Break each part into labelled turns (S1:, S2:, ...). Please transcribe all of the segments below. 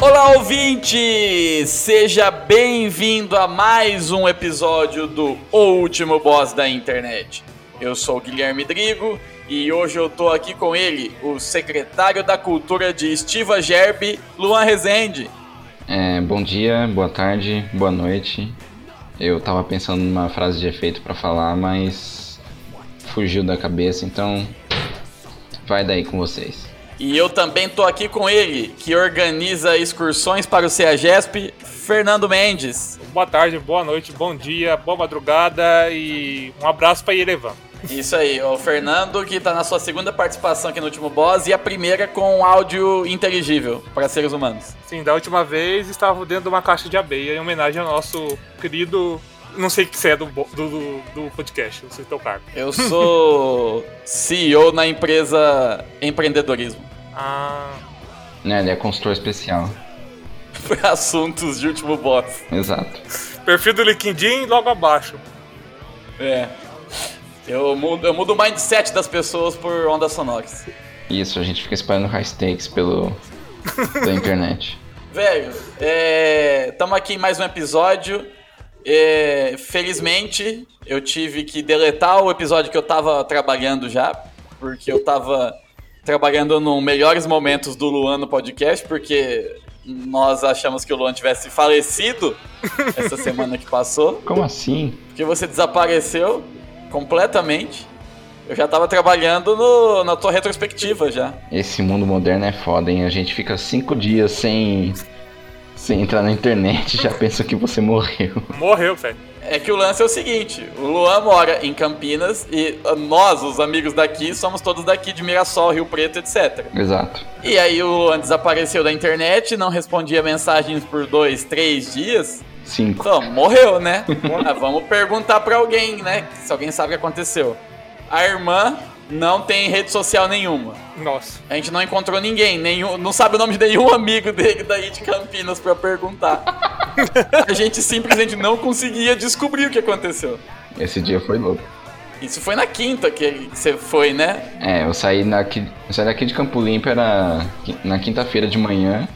S1: Olá, ouvinte! Seja bem-vindo a mais um episódio do O Último Boss da Internet. Eu sou o Guilherme Drigo e hoje eu tô aqui com ele, o secretário da Cultura de Estiva Gerbi, Luan Rezende.
S2: É, bom dia, boa tarde, boa noite. Eu tava pensando numa frase de efeito pra falar, mas fugiu da cabeça, então vai daí com vocês.
S1: E eu também tô aqui com ele, que organiza excursões para o CEAGESP, Fernando Mendes.
S3: Boa tarde, boa noite, bom dia, boa madrugada e um abraço para Yerevan.
S1: Isso aí, o Fernando que tá na sua segunda participação aqui no último boss e a primeira com um áudio inteligível para seres humanos.
S3: Sim, da última vez estava dentro de uma caixa de abeia em homenagem ao nosso querido. Não sei o que você é do, bo- do, do, do podcast, não sei é o teu cargo.
S1: Eu sou CEO na empresa Empreendedorismo.
S3: Ah,
S2: Né, ele é consultor especial.
S1: Para assuntos de último boss.
S2: Exato.
S3: perfil do LinkedIn logo abaixo.
S1: É. Eu mudo, eu mudo o mindset das pessoas por ondas sonoras.
S2: Isso, a gente fica espalhando high stakes pelo pela internet.
S1: Velho, estamos aqui em mais um episódio. É, felizmente, eu tive que deletar o episódio que eu tava trabalhando já, porque eu tava trabalhando no melhores momentos do Luan no podcast, porque nós achamos que o Luan tivesse falecido essa semana que passou,
S2: Como assim?
S1: porque você desapareceu completamente. Eu já tava trabalhando no- na tua retrospectiva já.
S2: Esse mundo moderno é foda, hein? A gente fica cinco dias sem sem entrar na internet e já pensa que você morreu.
S3: Morreu, velho.
S1: É que o lance é o seguinte: o Luan mora em Campinas e ah, nós, os amigos daqui, somos todos daqui de Mirassol, Rio Preto, etc.
S2: Exato.
S1: E aí o Luan desapareceu da internet, não respondia mensagens por dois, três dias.
S2: Cinco.
S1: Então, morreu, né? Ah, vamos perguntar pra alguém, né? Se alguém sabe o que aconteceu. A irmã não tem rede social nenhuma.
S3: Nossa.
S1: A gente não encontrou ninguém, nenhum, não sabe o nome de nenhum amigo dele daí de Campinas pra perguntar. A gente simplesmente não conseguia descobrir o que aconteceu.
S2: Esse dia foi louco.
S1: Isso foi na quinta que ele- que você foi, né?
S2: É, eu saí daqui, eu saí daqui de Campo Limpo era qui- na quinta-feira de manhã.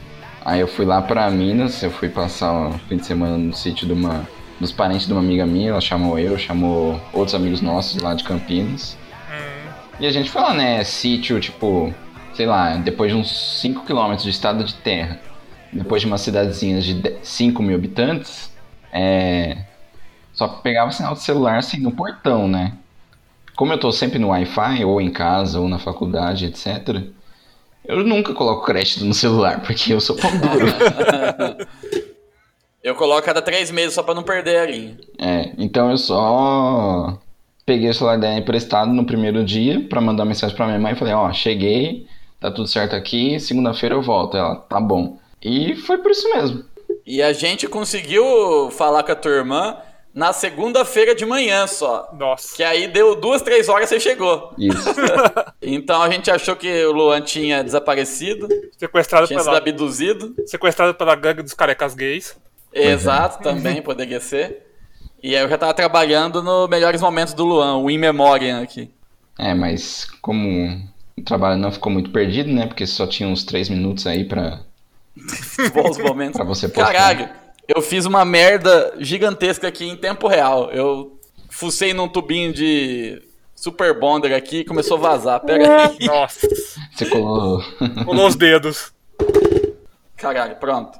S2: Aí eu fui lá pra Minas, eu fui passar o fim de semana no sítio de uma, dos parentes de uma amiga minha, ela chamou eu, chamou outros amigos nossos lá de Campinas. E a gente foi lá, né, sítio, tipo, sei lá, depois de uns 5 km de estrada de terra, depois de uma cidadezinha de 5 mil habitantes, é, só pegava sinal do celular assim no portão, né? Como eu tô sempre no Wi-Fi, ou em casa, ou na faculdade, etc., eu nunca coloco crédito no celular, porque eu sou pão duro.
S1: Eu coloco cada três meses só pra não perder a linha.
S2: é, então eu só peguei o celular dela emprestado no primeiro dia pra mandar mensagem pra minha mãe e falei, ó, cheguei, tá tudo certo aqui, segunda-feira eu volto. Ela, tá bom. E foi por isso mesmo.
S1: E a gente conseguiu falar com a tua irmã na segunda-feira de manhã só.
S3: Nossa.
S1: Que aí deu duas, três horas e você chegou.
S2: Isso.
S1: Então a gente achou que o Luan tinha desaparecido,
S3: Sequestrado
S1: tinha sido
S3: pela,
S1: abduzido.
S3: sequestrado pela gangue dos carecas gays.
S2: é.
S1: Exato, também poderia ser. E aí eu já tava trabalhando no Melhores Momentos do Luan, o In Memoriam aqui.
S2: É, mas como o trabalho não ficou muito perdido, né? Porque só tinha uns três minutos aí pra.
S1: bons momentos.
S2: Pra você postar.
S1: Caralho, eu fiz uma merda gigantesca aqui em tempo real. Eu fucei num tubinho de Super Bonder aqui e começou a vazar. Pera aí.
S3: Nossa.
S2: Você colou.
S3: Colou os dedos.
S1: Caralho, pronto.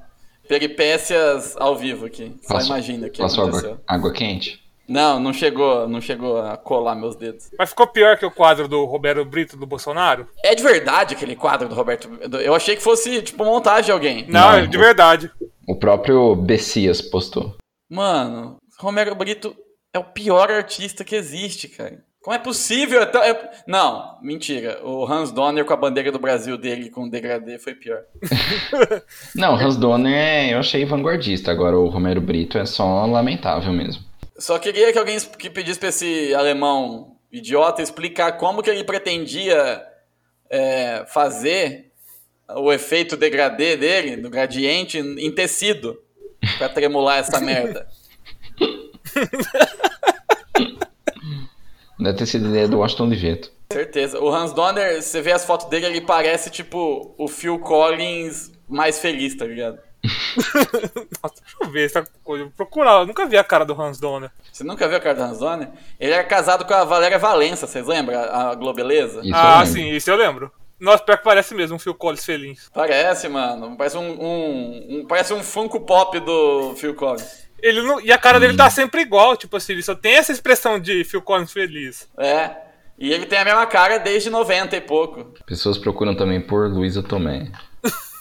S1: Peripécias ao vivo aqui. Só
S2: Passou-
S1: imagina o que
S2: passou
S1: aconteceu.
S2: água, água quente?
S1: Não, não chegou, não chegou a colar meus dedos.
S3: Mas ficou pior que o quadro do Roberto Brito do Bolsonaro?
S1: É de verdade aquele quadro do Roberto. do- Eu achei que fosse, tipo, montagem de alguém.
S3: Não,
S2: Não,
S3: é de
S2: não.
S3: verdade.
S2: O próprio Bessias postou.
S1: Mano, Romero Brito é o pior artista que existe, cara. Como é possível? É tão- é- Não, mentira. O Hans Donner com a bandeira do Brasil dele com o degradê foi pior.
S2: Não, o Hans Donner é, eu achei vanguardista, agora o Romero Brito é só lamentável mesmo.
S1: Só queria que alguém es- que pedisse pra esse alemão idiota explicar como que ele pretendia é, fazer o efeito degradê dele, do gradiente, em tecido, pra tremular essa merda.
S2: Deve ter sido ideia do Washington Oliveto.
S1: Certeza. O Hans Donner, você vê as fotos dele, ele parece tipo o Phil Collins mais feliz, tá ligado?
S3: Nossa, deixa eu ver essa coisa. Vou procurar, eu nunca vi a cara do Hans Donner.
S1: Você nunca viu a cara do Hans Donner? Ele era casado com a Valéria Valença, vocês lembram? A a Globeleza?
S2: Isso eu
S3: ah,
S2: lembro.
S3: sim, isso eu lembro. Nossa, pior que parece mesmo um Phil Collins feliz.
S1: Parece, mano. Parece um, um- um- parece um Funko Pop do Phil Collins.
S3: Ele não, e a cara dele
S2: Hum.
S3: tá sempre igual, tipo assim, ele só tem essa expressão de Phil Collins feliz.
S1: É. E ele tem a mesma cara desde 90 e pouco.
S2: Pessoas procuram também por Luísa Tomé.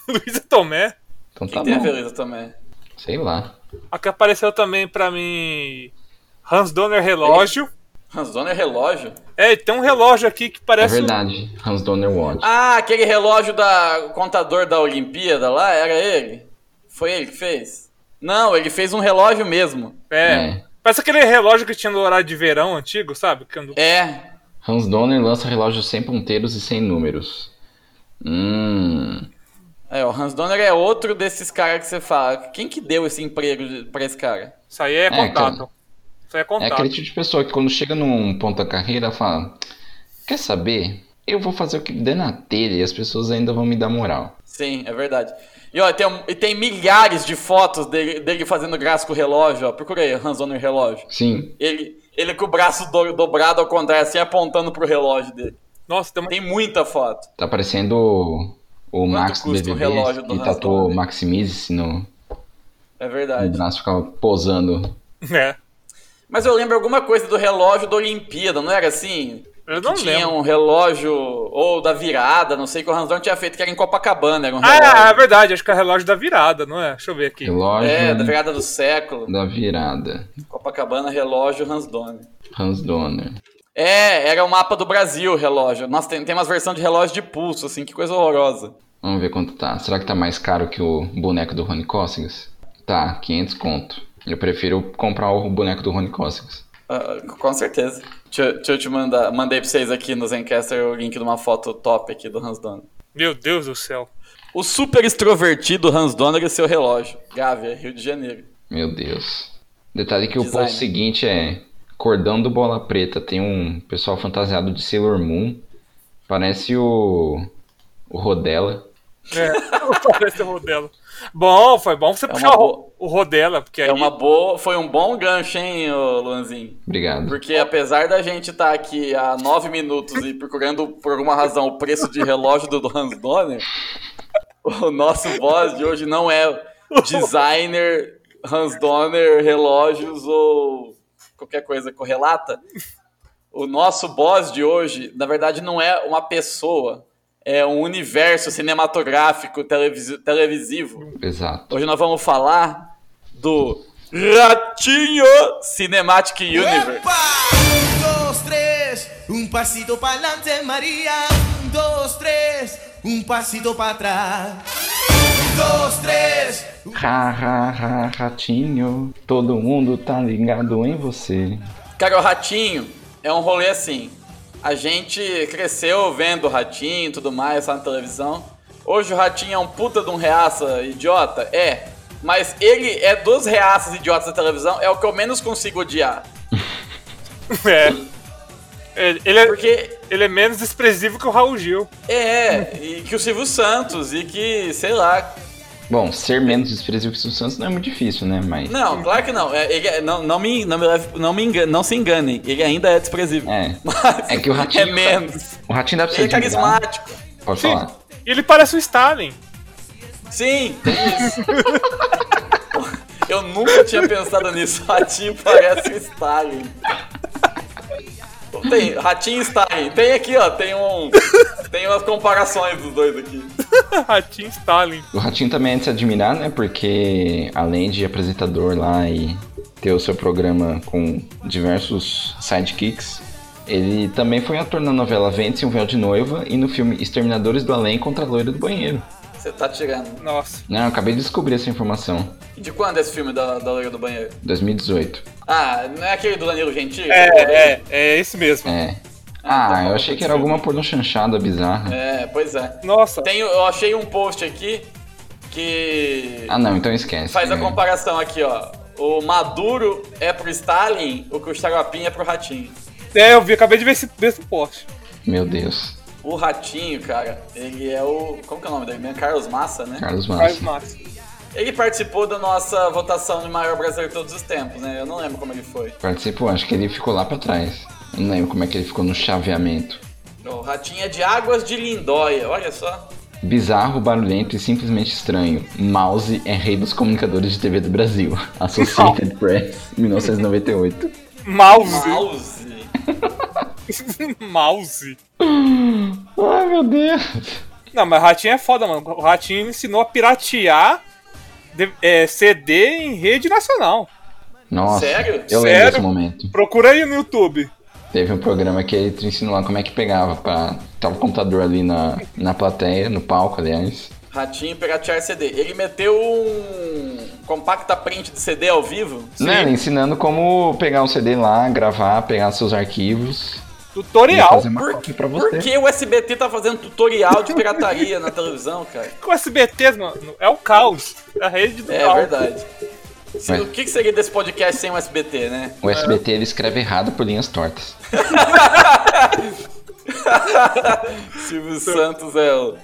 S3: Luiz Tomé.
S2: Então
S1: Que
S2: tá
S1: tem a
S2: bom.
S1: beleza também.
S2: Sei lá.
S3: A que apareceu também pra mim. Hans Donner relógio.
S1: Hans Donner relógio?
S3: É, tem um relógio aqui que
S2: É
S3: parece. um-
S2: verdade, Hans Donner Watch.
S1: Ah, aquele relógio da o contador da Olimpíada lá, era ele? Foi ele que fez? Não, ele fez um relógio mesmo.
S3: É.
S2: É.
S3: Parece aquele relógio que tinha no horário de verão antigo, sabe? Que andou-
S1: É,
S2: Hans Donner lança relógios sem ponteiros e sem números. Hum.
S1: É, o Hans Donner é outro desses caras que você fala. Quem que deu esse emprego de- pra esse cara?
S3: Isso aí é
S2: cara.
S3: contato. Isso aí é
S2: É
S3: contato.
S2: aquele tipo de pessoa que quando chega num ponto da carreira fala: Quer saber? Eu vou fazer o que der na telha e as pessoas ainda vão me dar moral.
S1: Sim, é verdade. E ó, tem, um- e tem milhares de fotos dele, dele fazendo graça com o relógio, ó. Procura aí, Hans Donner relógio.
S2: Sim.
S1: Ele, ele com o braço do- dobrado ao contrário, assim, apontando pro relógio dele.
S3: Nossa, tem uma...
S1: Tem muita foto.
S2: Tá parecendo o, o Max do
S1: custa o
S2: BBB
S1: relógio do né?
S2: que
S1: Hans
S2: tatuou
S1: Donner?
S2: Maximize no
S1: É
S2: no
S1: verdade.
S2: braço ficava posando.
S3: É.
S1: Mas eu lembro alguma coisa do relógio da Olimpíada, não era assim?
S3: Eu não
S1: Que tinha
S3: lembro.
S1: um relógio, ou da virada, não sei que o Hans Donner tinha feito, que era em Copacabana, era um relógio.
S3: Ah, é verdade, acho que é o relógio da virada, não é? Deixa eu ver aqui.
S2: Relógio
S1: é, da virada do século.
S2: da virada.
S1: Copacabana, relógio, Hans Donner.
S2: Hans Donner.
S1: É, era o mapa do Brasil, o relógio. Nossa, tem, tem umas versões de relógio de pulso, assim, que coisa horrorosa.
S2: Vamos ver quanto tá. Será que tá mais caro que o boneco do Rony Cossigas? Tá, 500 conto. Eu prefiro comprar o boneco do Rony Cossigas.
S1: Ah, com certeza. Deixa, eu- deixa eu te mandar. Mandei pra vocês aqui no Zencaster o link de uma foto top aqui do Hans Donner.
S3: Meu Deus do céu.
S1: O super extrovertido Hans Donner e seu relógio. Gávea, Rio de Janeiro.
S2: Meu Deus. Detalhe que o
S1: Design.
S2: post seguinte é Cordão do Bola Preta. Tem um pessoal fantasiado de Sailor Moon. Parece o. o Rodela.
S3: É, parece o Rodela. Bom, foi bom você puxar
S1: uma
S3: o-
S1: boa.
S3: o Rodela, porque aí
S1: É uma boa. Foi um bom gancho, hein, ô Luanzinho?
S2: Obrigado.
S1: Porque apesar da gente estar aqui há nove minutos e procurando, por alguma razão, o preço de relógio do Hans Donner, o nosso boss de hoje não é designer, Hans Donner, relógios ou qualquer coisa correlata. O nosso boss de hoje, na verdade, não é uma pessoa, é um universo cinematográfico televisi- televisivo.
S2: Exato.
S1: Hoje nós vamos falar do Ratinho Cinematic Universe.
S4: Un, dos, tres, un pasito para adelante, María. Un, dos, tres, un pasito para atrás. Un, dos, tres.
S2: Ha, ha, ha, ratinho. Todo mundo tá ligado em você.
S1: Cara, o Ratinho é um rolê assim. A gente cresceu vendo o Ratinho e tudo mais lá na televisão. Hoje o Ratinho é um puta de um reaça idiota? É. Mas ele é dos reaças idiotas da televisão, é o que eu menos consigo odiar.
S3: É. Ele, ele é,
S1: Porque
S3: ele é menos desprezível que o Raul Gil.
S1: é, e que o Silvio Santos, e que, sei lá.
S2: Bom, ser menos desprezível que o Silvio Santos não é muito difícil, né? Mas.
S1: Não, claro que não. É, ele é- não, não me, não me, leve- não me engane, não se enganem, ele ainda é desprezível.
S2: É.
S1: Mas
S2: É que o Ratinho- tá
S1: é menos.
S2: O ratinho dá pra
S1: Ele
S2: ser
S1: é carismático.
S2: Pode
S3: Sim.
S2: falar.
S3: E ele parece o Stalin.
S1: Sim, tem isso. Eu nunca tinha pensado nisso. Ratinho parece o Stalin. Tem, ratinho e Stalin. Tem aqui, ó. Tem um. Tem umas comparações dos dois aqui.
S3: Ratinho Stalin.
S2: O Ratinho também é de se admirar, né? Porque além de apresentador lá e ter o seu programa com diversos sidekicks, ele também foi ator na novela Vente-se um Véu de Noiva e no filme Exterminadores do Além contra a Loira do Banheiro.
S1: Você tá tirando.
S3: Nossa.
S2: Não, eu acabei de descobrir essa informação.
S1: De quando é esse filme da, da Loira do Banheiro?
S2: 2018.
S1: Ah, não é aquele do Danilo Gentili?
S3: É, é, é esse mesmo.
S2: É. Ah, eu achei que era alguma pornô chanchada bizarra.
S1: É, pois é.
S3: Nossa.
S1: Tem, eu achei um post aqui que
S2: Ah, não, então esquece.
S1: faz a
S2: né?
S1: comparação aqui, ó. O Maduro é pro Stalin, o Custaguapim é pro Ratinho.
S3: É, eu vi, acabei de ver esse, desse post.
S2: Meu Deus.
S1: O Ratinho, cara, ele é o. Como que é o nome dele? mesmo? Carlos Massa, né?
S2: Carlos
S3: Carlos
S2: Massa.
S3: Max.
S1: Ele participou da nossa votação de maior brasileiro de todos os tempos, né? Eu não lembro como ele foi.
S2: Participou, acho que ele ficou lá pra trás. Eu não lembro como é que ele ficou no chaveamento.
S1: O Ratinho é de Águas de Lindóia, olha só.
S2: Bizarro, barulhento e simplesmente estranho. Mouse é rei dos comunicadores de TV do Brasil. Associated Press, 1998.
S3: Mouse.
S1: Mouse.
S3: Mouse.
S2: Ai, meu Deus.
S3: Não, mas o Ratinho é foda, mano. O Ratinho ensinou a piratear de- é, CD em rede nacional.
S2: Nossa,
S1: Sério?
S2: eu lembro
S3: Sério?
S2: desse momento.
S3: Procura aí no YouTube.
S2: Teve um programa que ele te ensinou lá como é que pegava pra... Tava o computador ali na, na plateia, no palco, aliás.
S1: Ratinho piratear CD. Ele meteu um compacta print de CD ao vivo.
S2: Né, ele ensinando como pegar um CD lá, gravar, pegar seus arquivos e
S3: Tutorial.
S2: fazer uma
S1: Por,
S2: cópia pra
S1: por
S2: você.
S1: que o SBT tá fazendo tutorial de pirataria na televisão, cara?
S3: Com SBT, mano, é o caos. É a rede do
S1: É
S3: caos.
S1: verdade. Se-
S2: Mas-
S1: O que que seria desse podcast sem o SBT, né?
S2: O SBT ele escreve errado por linhas tortas.
S1: Silvio Santos é o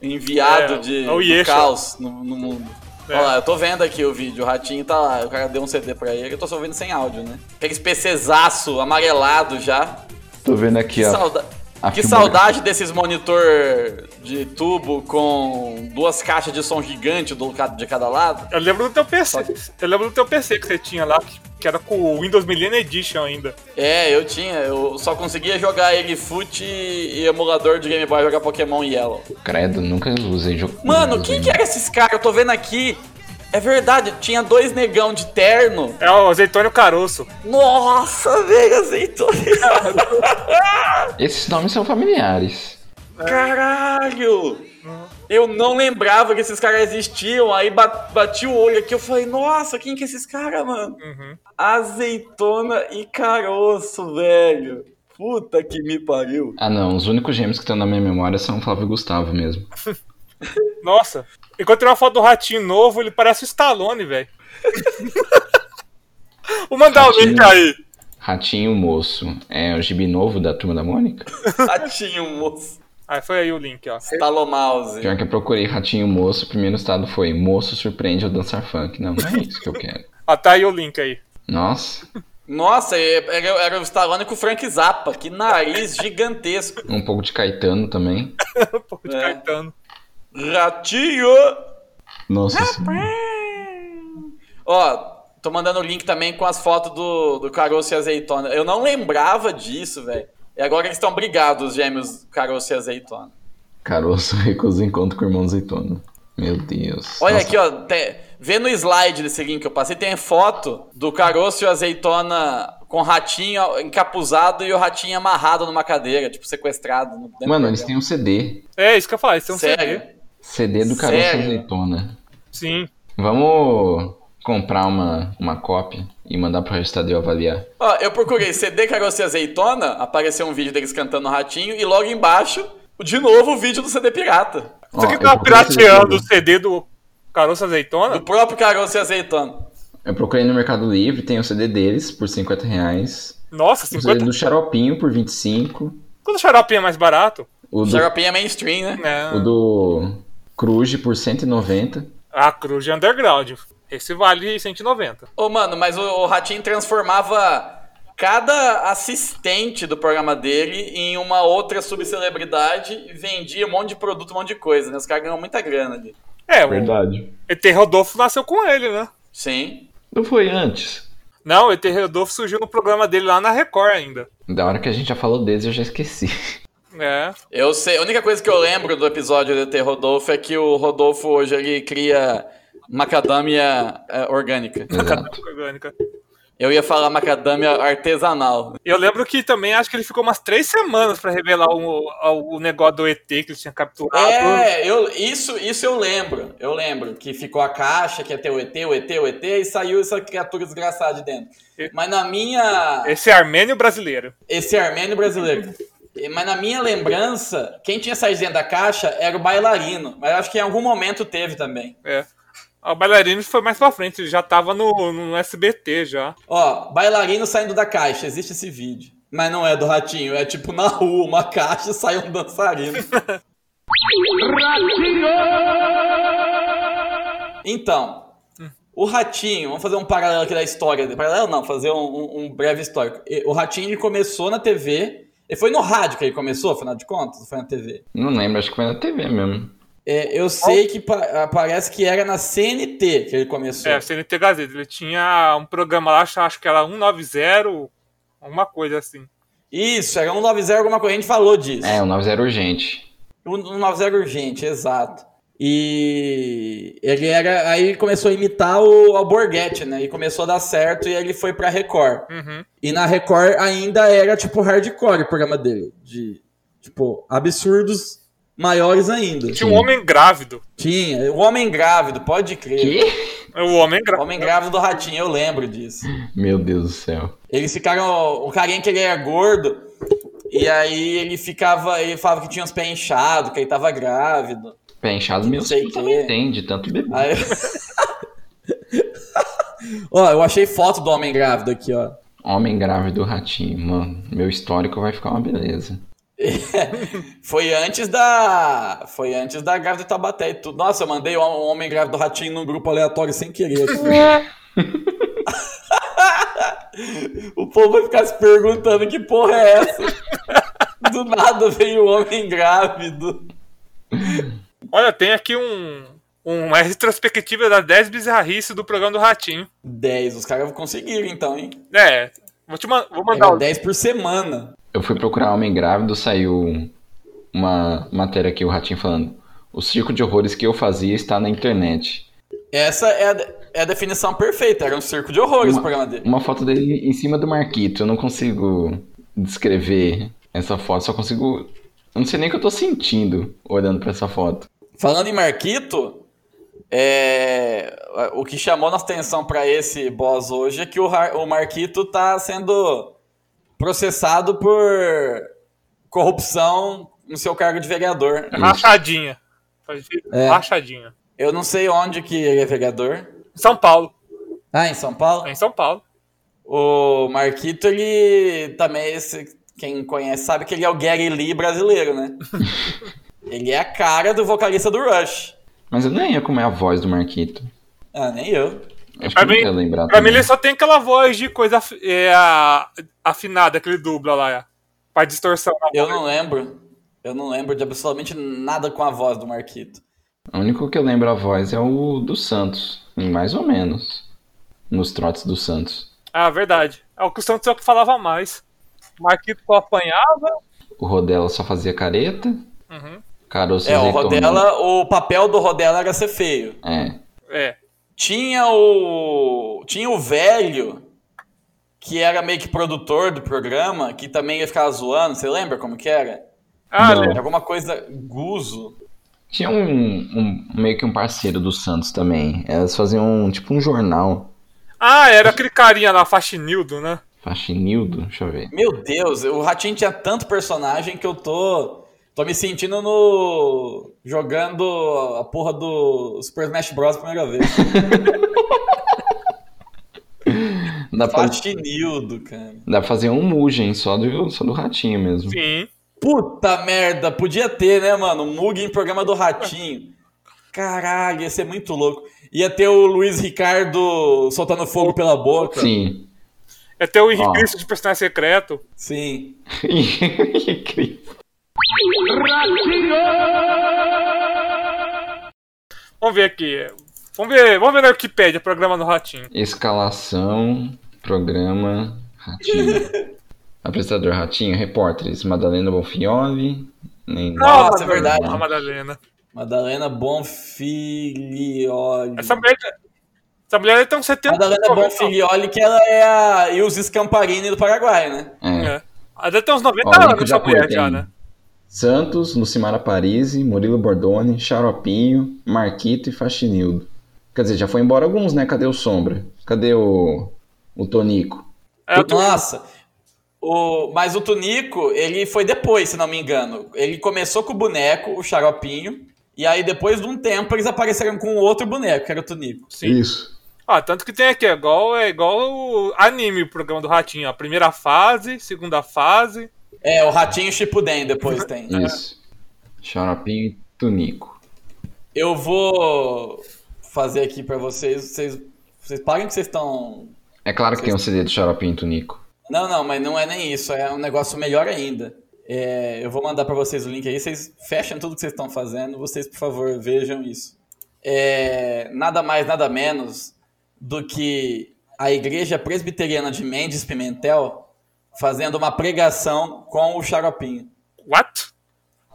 S1: enviado
S3: É,
S1: de
S3: é o
S1: do
S3: Yesha.
S1: caos no, no mundo.
S3: É.
S1: Olha lá, eu tô vendo aqui o vídeo, o ratinho tá lá, o cara deu um CD pra ele, eu tô só vendo sem áudio, né? Aqueles PCzaço amarelado já.
S2: Tô vendo aqui,
S1: Que,
S2: ó.
S1: sauda-
S2: a
S1: que
S2: fibra-
S1: saudade desses monitor de tubo com duas caixas de som gigante do ca- de cada lado.
S3: Eu lembro do teu PC. Eu lembro do teu PC que você tinha lá, que, que era com o Windows Millennium Edition ainda.
S1: É, eu tinha, eu só conseguia jogar ele fute e emulador de Game Boy jogar Pokémon Yellow.
S2: Credo, nunca usei jogo.
S1: Mano,
S2: nunca usei.
S1: quem que era esses caras? Eu tô vendo aqui. É verdade, tinha dois negão de terno.
S3: É o Azeitônio Caroço.
S1: Nossa, velho, azeitona. é?
S2: Esses nomes são familiares.
S1: Caralho! Eu não lembrava que esses caras existiam. Aí ba- bati o olho aqui, eu falei, nossa, quem que é esses caras, mano?
S3: Uhum.
S1: Azeitona e caroço, velho. Puta que me pariu.
S2: Ah não, os únicos gêmeos que estão na minha memória são o Flávio e o Gustavo mesmo.
S3: Nossa. Encontrei uma foto do ratinho novo, ele parece o Stallone, velho. Vou mandar o link
S2: Ratinho.
S3: aí.
S2: Ratinho Moço. É o gibi novo da Turma da Mônica?
S1: Ratinho, moço.
S3: Aí foi aí o link, ó.
S1: Talo mouse.
S2: Pior que eu procurei Ratinho Moço, o primeiro estado foi Moço surpreende ao dançar funk. Não, não é isso que eu quero.
S3: Ah, tá aí o link aí.
S2: Nossa,
S1: Nossa, é, era, era o Stallone com o Frank Zappa. Que nariz gigantesco.
S2: um pouco de Caetano também.
S3: Pô, de
S1: É.
S3: Caetano.
S1: Ratinho!
S2: Nossa senhora.
S1: Ó, tô mandando o link também com as fotos do, do Caroço e Azeitona. Eu não lembrava disso, velho. E agora eles estão brigados, os gêmeos Caroço e Azeitona.
S2: Caroço recusa encontro com o irmão azeitona. Meu Deus.
S1: Olha
S2: Nossa,
S1: aqui, ó. te- vê no slide desse link que eu passei, tem foto do Caroço e o Azeitona com o ratinho encapuzado e o ratinho amarrado numa cadeira, tipo, sequestrado. no- dentro
S2: Mano,
S1: da
S2: eles têm um CD.
S3: É isso que eu falei, isso é um
S1: Sério?
S3: CD.
S2: CD do Caroço
S1: Sério?
S2: Azeitona.
S3: Sim.
S2: Vamos comprar uma, uma cópia e mandar pro Restadeu avaliar.
S1: Ó, eu procurei CD Caroço e Azeitona, apareceu um vídeo deles cantando ratinho e logo embaixo, de novo, o vídeo do CD Pirata.
S3: Você
S2: Ó,
S3: que
S1: tá
S2: eu
S3: tava
S2: procurei esse
S3: tá pirateando o
S2: jogo.
S3: CD do Caroço
S1: Do
S3: Azeitona?
S1: próprio Caroço e Azeitona.
S2: Eu procurei no Mercado Livre, tem o CD deles por 50 reais.
S3: Nossa,
S2: O CD
S3: 50.
S2: do Xaropinho por 25.
S3: Quanto xarope é mais barato?
S2: O do,
S1: Xaropinho é mainstream, né?
S2: o
S3: Não.
S2: do Cruz por 190.
S3: A Cruz de Underground. Esse vale 190.
S1: Ô, mano, mas o, o Ratinho transformava cada assistente do programa dele em uma outra subcelebridade e vendia um monte de produto, um monte de coisa, né? Os caras ganham muita grana ali.
S3: É, o
S2: Verdade.
S3: ET Rodolfo nasceu com ele, né?
S1: Sim.
S2: Não foi antes.
S3: Não, o ET Rodolfo surgiu no programa dele lá na Record ainda.
S2: Da hora que a gente já falou deles, eu já esqueci.
S3: É.
S1: Eu sei, a única coisa que eu lembro do episódio do ET Rodolfo é que o Rodolfo hoje ele cria macadâmia eh, orgânica.
S2: Exato.
S3: Orgânica.
S1: Eu ia falar macadâmia artesanal.
S3: Eu lembro que também acho que ele ficou umas três semanas pra revelar o, o negócio do ET que ele tinha capturado.
S1: É, eu, isso, isso eu lembro. Eu lembro que ficou a caixa, que ia ter o ET, o ET, o ET, e saiu essa criatura desgraçada de dentro. Mas na minha.
S3: Esse armênio brasileiro.
S1: Esse armênio brasileiro. E- Mas na minha lembrança, quem tinha saído dentro da caixa era o bailarino. Mas eu acho que em algum momento teve também.
S3: É. O bailarino foi mais pra frente, ele já tava no, no SBT já.
S1: Ó, bailarino saindo da caixa, existe esse vídeo. Mas não é do ratinho, é tipo na rua, uma caixa sai um dançarino. Então, o Ratinho, vamos fazer um paralelo aqui da história. Paralelo não, fazer um, um- um breve histórico. E- O Ratinho ele começou na TV, e foi no rádio que ele começou, afinal de contas, foi na TV.
S2: Não lembro, acho que foi na TV mesmo.
S1: É, eu sei que pa- ah, parece que era na CNT que ele começou.
S3: É, o CNT Gazeta. Ele tinha um programa lá, acho, acho que era 190, alguma coisa assim.
S1: Isso, era 190 alguma coisa, a gente falou disso.
S2: É, o 90 urgente.
S1: 190 urgente, exato. E ele era. Aí ele começou a imitar o Alborguete, né? E começou a dar certo e ele foi pra Record.
S3: Uhum.
S1: E na Record ainda era, tipo, hardcore o programa dele. De, tipo, absurdos maiores ainda.
S3: Tinha um homem grávido.
S1: Tinha. O Homem Grávido, pode crer.
S2: Que?
S3: É O homem
S1: O
S3: grávido.
S1: Homem Grávido do Ratinho, eu lembro disso.
S2: Meu Deus do céu.
S1: Eles ficaram. O carinha que ele era gordo. E aí ele ficava. Ele falava que tinha os pés inchados, que ele tava grávido.
S2: Pé inchado, meu
S1: sei
S2: filho
S1: que- é. Ah.
S2: também entende, tanto bebê.
S1: Aí. ó, eu achei foto do Homem Grávido aqui, ó.
S2: Homem grávido ratinho, mano. Meu histórico vai ficar uma beleza.
S1: Foi antes da. Foi antes da grávida de Tabaté e tudo. Nossa, eu mandei o um homem grávido do ratinho num grupo aleatório sem querer. assim. o povo vai ficar se perguntando que porra é essa? Do nada veio o homem grávido.
S3: Olha, tem aqui um, uma retrospectiva das 10 bizarrices do programa do Ratinho.
S1: 10, os caras conseguiram então, hein?
S3: É, vou, te man- vou mandar um
S1: Era
S3: o
S1: 10 por semana.
S2: Eu fui procurar homem grávido, saiu uma matéria aqui, o ratinho falando. O circo de horrores que eu fazia está na internet.
S1: Essa é a, é a definição perfeita. Era um circo de horrores o
S2: Uma-
S1: programa dele.
S2: Uma foto dele em cima do Marquito. Eu não consigo descrever essa foto, só consigo. Eu não sei nem o que eu tô sentindo olhando pra essa foto.
S1: Falando em Marquito, é, o que chamou nossa atenção para esse boss hoje é que o, Har- o Marquito tá sendo processado por corrupção no seu cargo de vereador.
S3: Rachadinha.
S1: É.
S3: Rachadinha.
S1: Eu não sei onde que ele é vereador.
S3: São Paulo.
S1: Ah, em São Paulo?
S3: É em São Paulo.
S1: O Marquito, ele também, esse, quem conhece sabe que ele é o Gary Lee brasileiro, né? ele é a cara do vocalista do Rush.
S2: Mas eu nem ia como é a voz do Marquito.
S1: Ah, nem eu.
S2: Acho que
S3: Pra
S2: eu não
S3: mim-
S2: ia lembrar.
S3: Pra mim
S2: também.
S3: ele só tem aquela voz de coisa af- é, a- afinada, aquele dubla lá. é. Pra distorção.
S1: Eu não lembro. Eu não lembro de absolutamente nada com a voz do Marquito.
S2: O único que eu lembro a voz é o do Santos, em mais ou menos. Nos trotes do Santos.
S3: Ah, verdade. É o que o Santos é o que falava mais. O Marquito só apanhava.
S2: O Rodela só fazia careta.
S3: Uhum.
S2: Caroço
S1: É, o
S2: azeitona.
S1: Rodela, o papel do Rodela era ser feio.
S2: É.
S3: É.
S1: Tinha o. Tinha o velho, que era meio que produtor do programa, que também ia ficar zoando, você lembra como que era?
S3: Ah,
S2: Não.
S3: lembro.
S1: Era alguma coisa guzo.
S2: Tinha um, um- meio que um parceiro do Santos também. Elas faziam um- tipo um jornal.
S3: ah, era aquele carinha lá, Faxinildo, né?
S2: Faxinildo, deixa eu ver.
S1: Meu Deus, o Ratinho tinha tanto personagem que eu tô. Tô me sentindo no. jogando a porra do Super Smash Bros. pela primeira vez.
S2: Dá pra,
S1: Platinildo, cara.
S2: dá pra fazer um Mugen só do, só do ratinho mesmo.
S3: Sim.
S1: Puta merda, podia ter, né, mano? Um Mug em programa do Ratinho. Caralho, ia ser muito louco. Ia ter o Luiz Ricardo soltando fogo pela boca.
S2: Sim.
S3: É até o Henrique
S2: Ó.
S3: Cristo de personagem secreto.
S1: Sim.
S3: Vamos ver aqui. Vamos ver, vamos ver na Wikipédia, programa no Ratinho.
S2: Escalação, programa, Ratinho. Apresentador Ratinho, repórteres Madalena né? Bonfioli. nem-
S1: Nossa, é verdade.
S3: A Madalena.
S1: Madalena Bonfilioli.
S3: Essa mulher, essa mulher tem uns 70
S1: Madalena é
S3: anos.
S1: Bonfilioli, que ela é a Ilse Scamparini do Paraguai, né?
S2: É.
S3: É. Ela deve ter uns
S2: Ó,
S3: 90
S2: o
S3: anos
S2: Nico
S3: essa
S2: já
S3: mulher
S2: foi,
S3: já,
S2: tem
S3: né?
S2: Santos, Lucimara Parisi, Murilo Bordone, Xaropinho, Marquito e Faxinildo. Quer dizer, já foi embora alguns, né? Cadê o Sombra? Cadê o, o Tonico?
S3: É, eu tô-
S1: Nossa. O, mas o Tunico, ele foi depois, se não me engano. Ele começou com o boneco, o xaropinho, e aí depois de um tempo eles apareceram com outro boneco, que era o Tunico.
S3: Sim.
S2: Isso.
S3: Ah, tanto que tem aqui, é igual, é igual o anime, o programa do Ratinho. ó. Primeira fase, segunda fase.
S1: É, o ratinho Chipuden depois tem.
S2: É. Isso. Xaropinho e Tonico.
S1: Eu vou fazer aqui pra vocês, vocês, vocês parem que vocês estão...
S2: É claro que tem um CD do Xaropinho e Tonico.
S1: Não, não, mas não é nem isso, é um negócio melhor ainda. É, eu vou mandar pra vocês o link aí, vocês fecham tudo que vocês estão fazendo, vocês, por favor, vejam isso. É, nada mais, nada menos do que a Igreja Presbiteriana de Mendes Pimentel fazendo uma pregação com o xaropinho.
S3: What?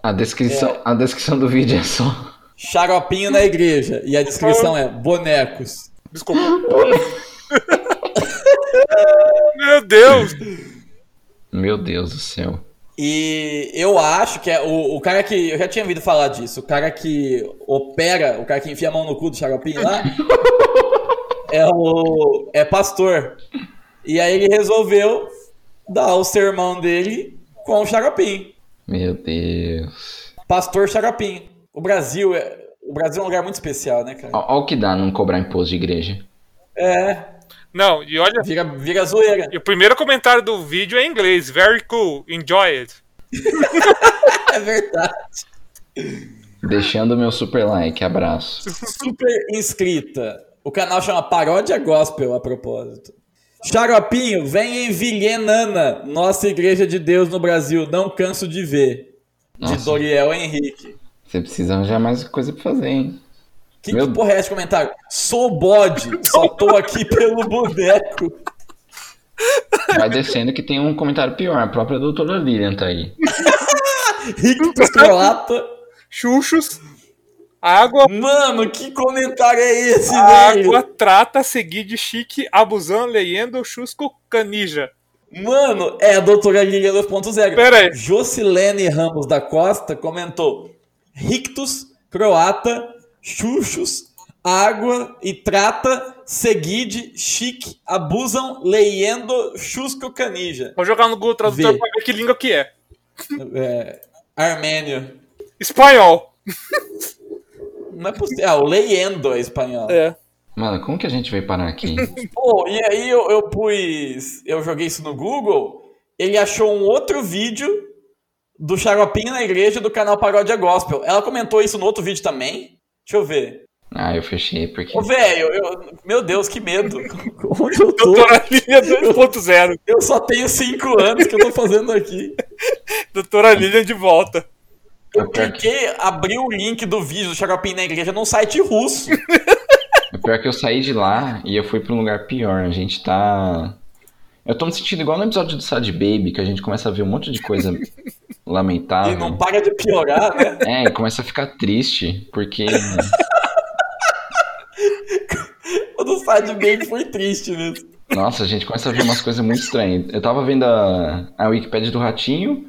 S2: A descrição, a descrição do vídeo é só.
S1: Xaropinho na igreja, e a descrição é bonecos.
S3: Desculpa. Meu Deus!
S2: Meu Deus do céu.
S1: E eu acho que é o, o cara que. Eu já tinha ouvido falar disso. O cara que opera, o cara que enfia a mão no cu do xaropinho lá. é o. É pastor. E aí ele resolveu dar o sermão dele com o xaropinho.
S2: Meu Deus.
S1: Pastor xaropinho. O Brasil é. O Brasil é um lugar muito especial, né, cara?
S2: Olha o que dá não cobrar imposto de igreja.
S1: É.
S3: Não, e olha,
S1: Vira, vira zoeira.
S3: e o primeiro comentário do vídeo é em inglês. Very cool, enjoy it.
S1: É verdade.
S2: Deixando meu super like, abraço.
S1: super inscrita. O canal chama Paródia Gospel, a propósito. Xaropinho, vem em Vilhenana, nossa igreja de Deus no Brasil, não canso de ver. De
S2: Nossa.
S1: Doriel Henrique.
S2: Você precisa arranjar mais coisa pra fazer, hein?
S1: Que,
S2: Meu-
S1: que porra é esse comentário? Sou bode, só tô aqui pelo boneco.
S2: Vai descendo que tem um comentário pior. A própria doutora Lilian tá aí.
S1: Rick Piscolata.
S3: Xuxos, água,
S1: Mano, que comentário é esse, velho?
S3: água, trata, seguir de chique, abusan, leyendo, chusco, canija.
S1: Mano, é a doutora Lilian 2.0.
S3: Pera aí.
S1: Jocilene Ramos da Costa comentou: Rictus, croata, chuchos, água e trata, seguide, chique, abusam, leyendo, chusco canija.
S3: Vou jogar no Google Tradutor
S1: Vê.
S3: pra ver que língua que é.
S1: É, armênio.
S3: Espanhol.
S1: Não é possível. Ah, o leyendo é espanhol.
S3: É.
S2: Mano, como que a gente veio parar aqui?
S1: Pô, e aí eu, eu pus. Eu joguei isso no Google. Ele achou um outro vídeo do Xaropinho na igreja do canal Paródia Gospel. Ela comentou isso no outro vídeo também. Deixa eu ver.
S2: Ah, eu fechei porque.
S1: Ô, velho, eu- meu Deus, que medo. Onde eu tô?
S3: Doutora Lilian 2.0.
S1: Eu só tenho cinco anos que eu tô fazendo aqui.
S3: Doutora Lilian de volta.
S2: É
S1: Eu
S2: pior que,
S1: cliquei, abri o link do vídeo do Xaropinho na igreja num site russo.
S2: é pior que eu saí de lá e eu fui pra um lugar pior. A gente tá. Eu tô me sentindo igual no episódio do Sad Baby, que a gente começa a ver um monte de coisa
S1: E Ah,
S2: lamentável.
S1: não para de piorar, né?
S2: É, e começa a ficar triste, porque.
S1: O do site bem foi triste mesmo.
S2: Nossa, a gente começa a ver umas coisas muito estranhas. Eu tava vendo a, a Wikipédia do Ratinho,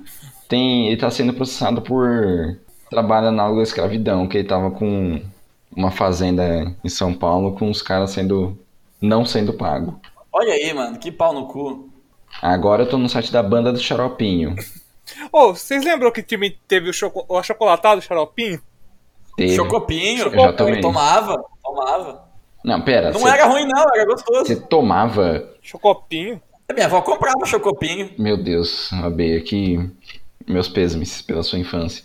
S2: tem, ele tá sendo processado por trabalho análogo à escravidão, que ele tava com uma fazenda em São Paulo com os caras sendo. não sendo pago.
S1: Olha aí, mano, que pau no cu.
S2: Agora eu tô no site da banda do Xaropinho.
S3: Ô, vocês lembram que time teve o, choco, o achocolatado, o xaropinho?
S2: Teve.
S1: Chocopinho,
S2: Eu já tomei.
S1: tomava, tomava.
S2: Não, pera,
S1: Não
S2: você
S1: era ruim, não, era gostoso.
S2: tomava.
S3: Chocopinho.
S1: Minha avó comprava chocopinho.
S2: Meu Deus, Abeia, que. Meus pêsames pela sua infância.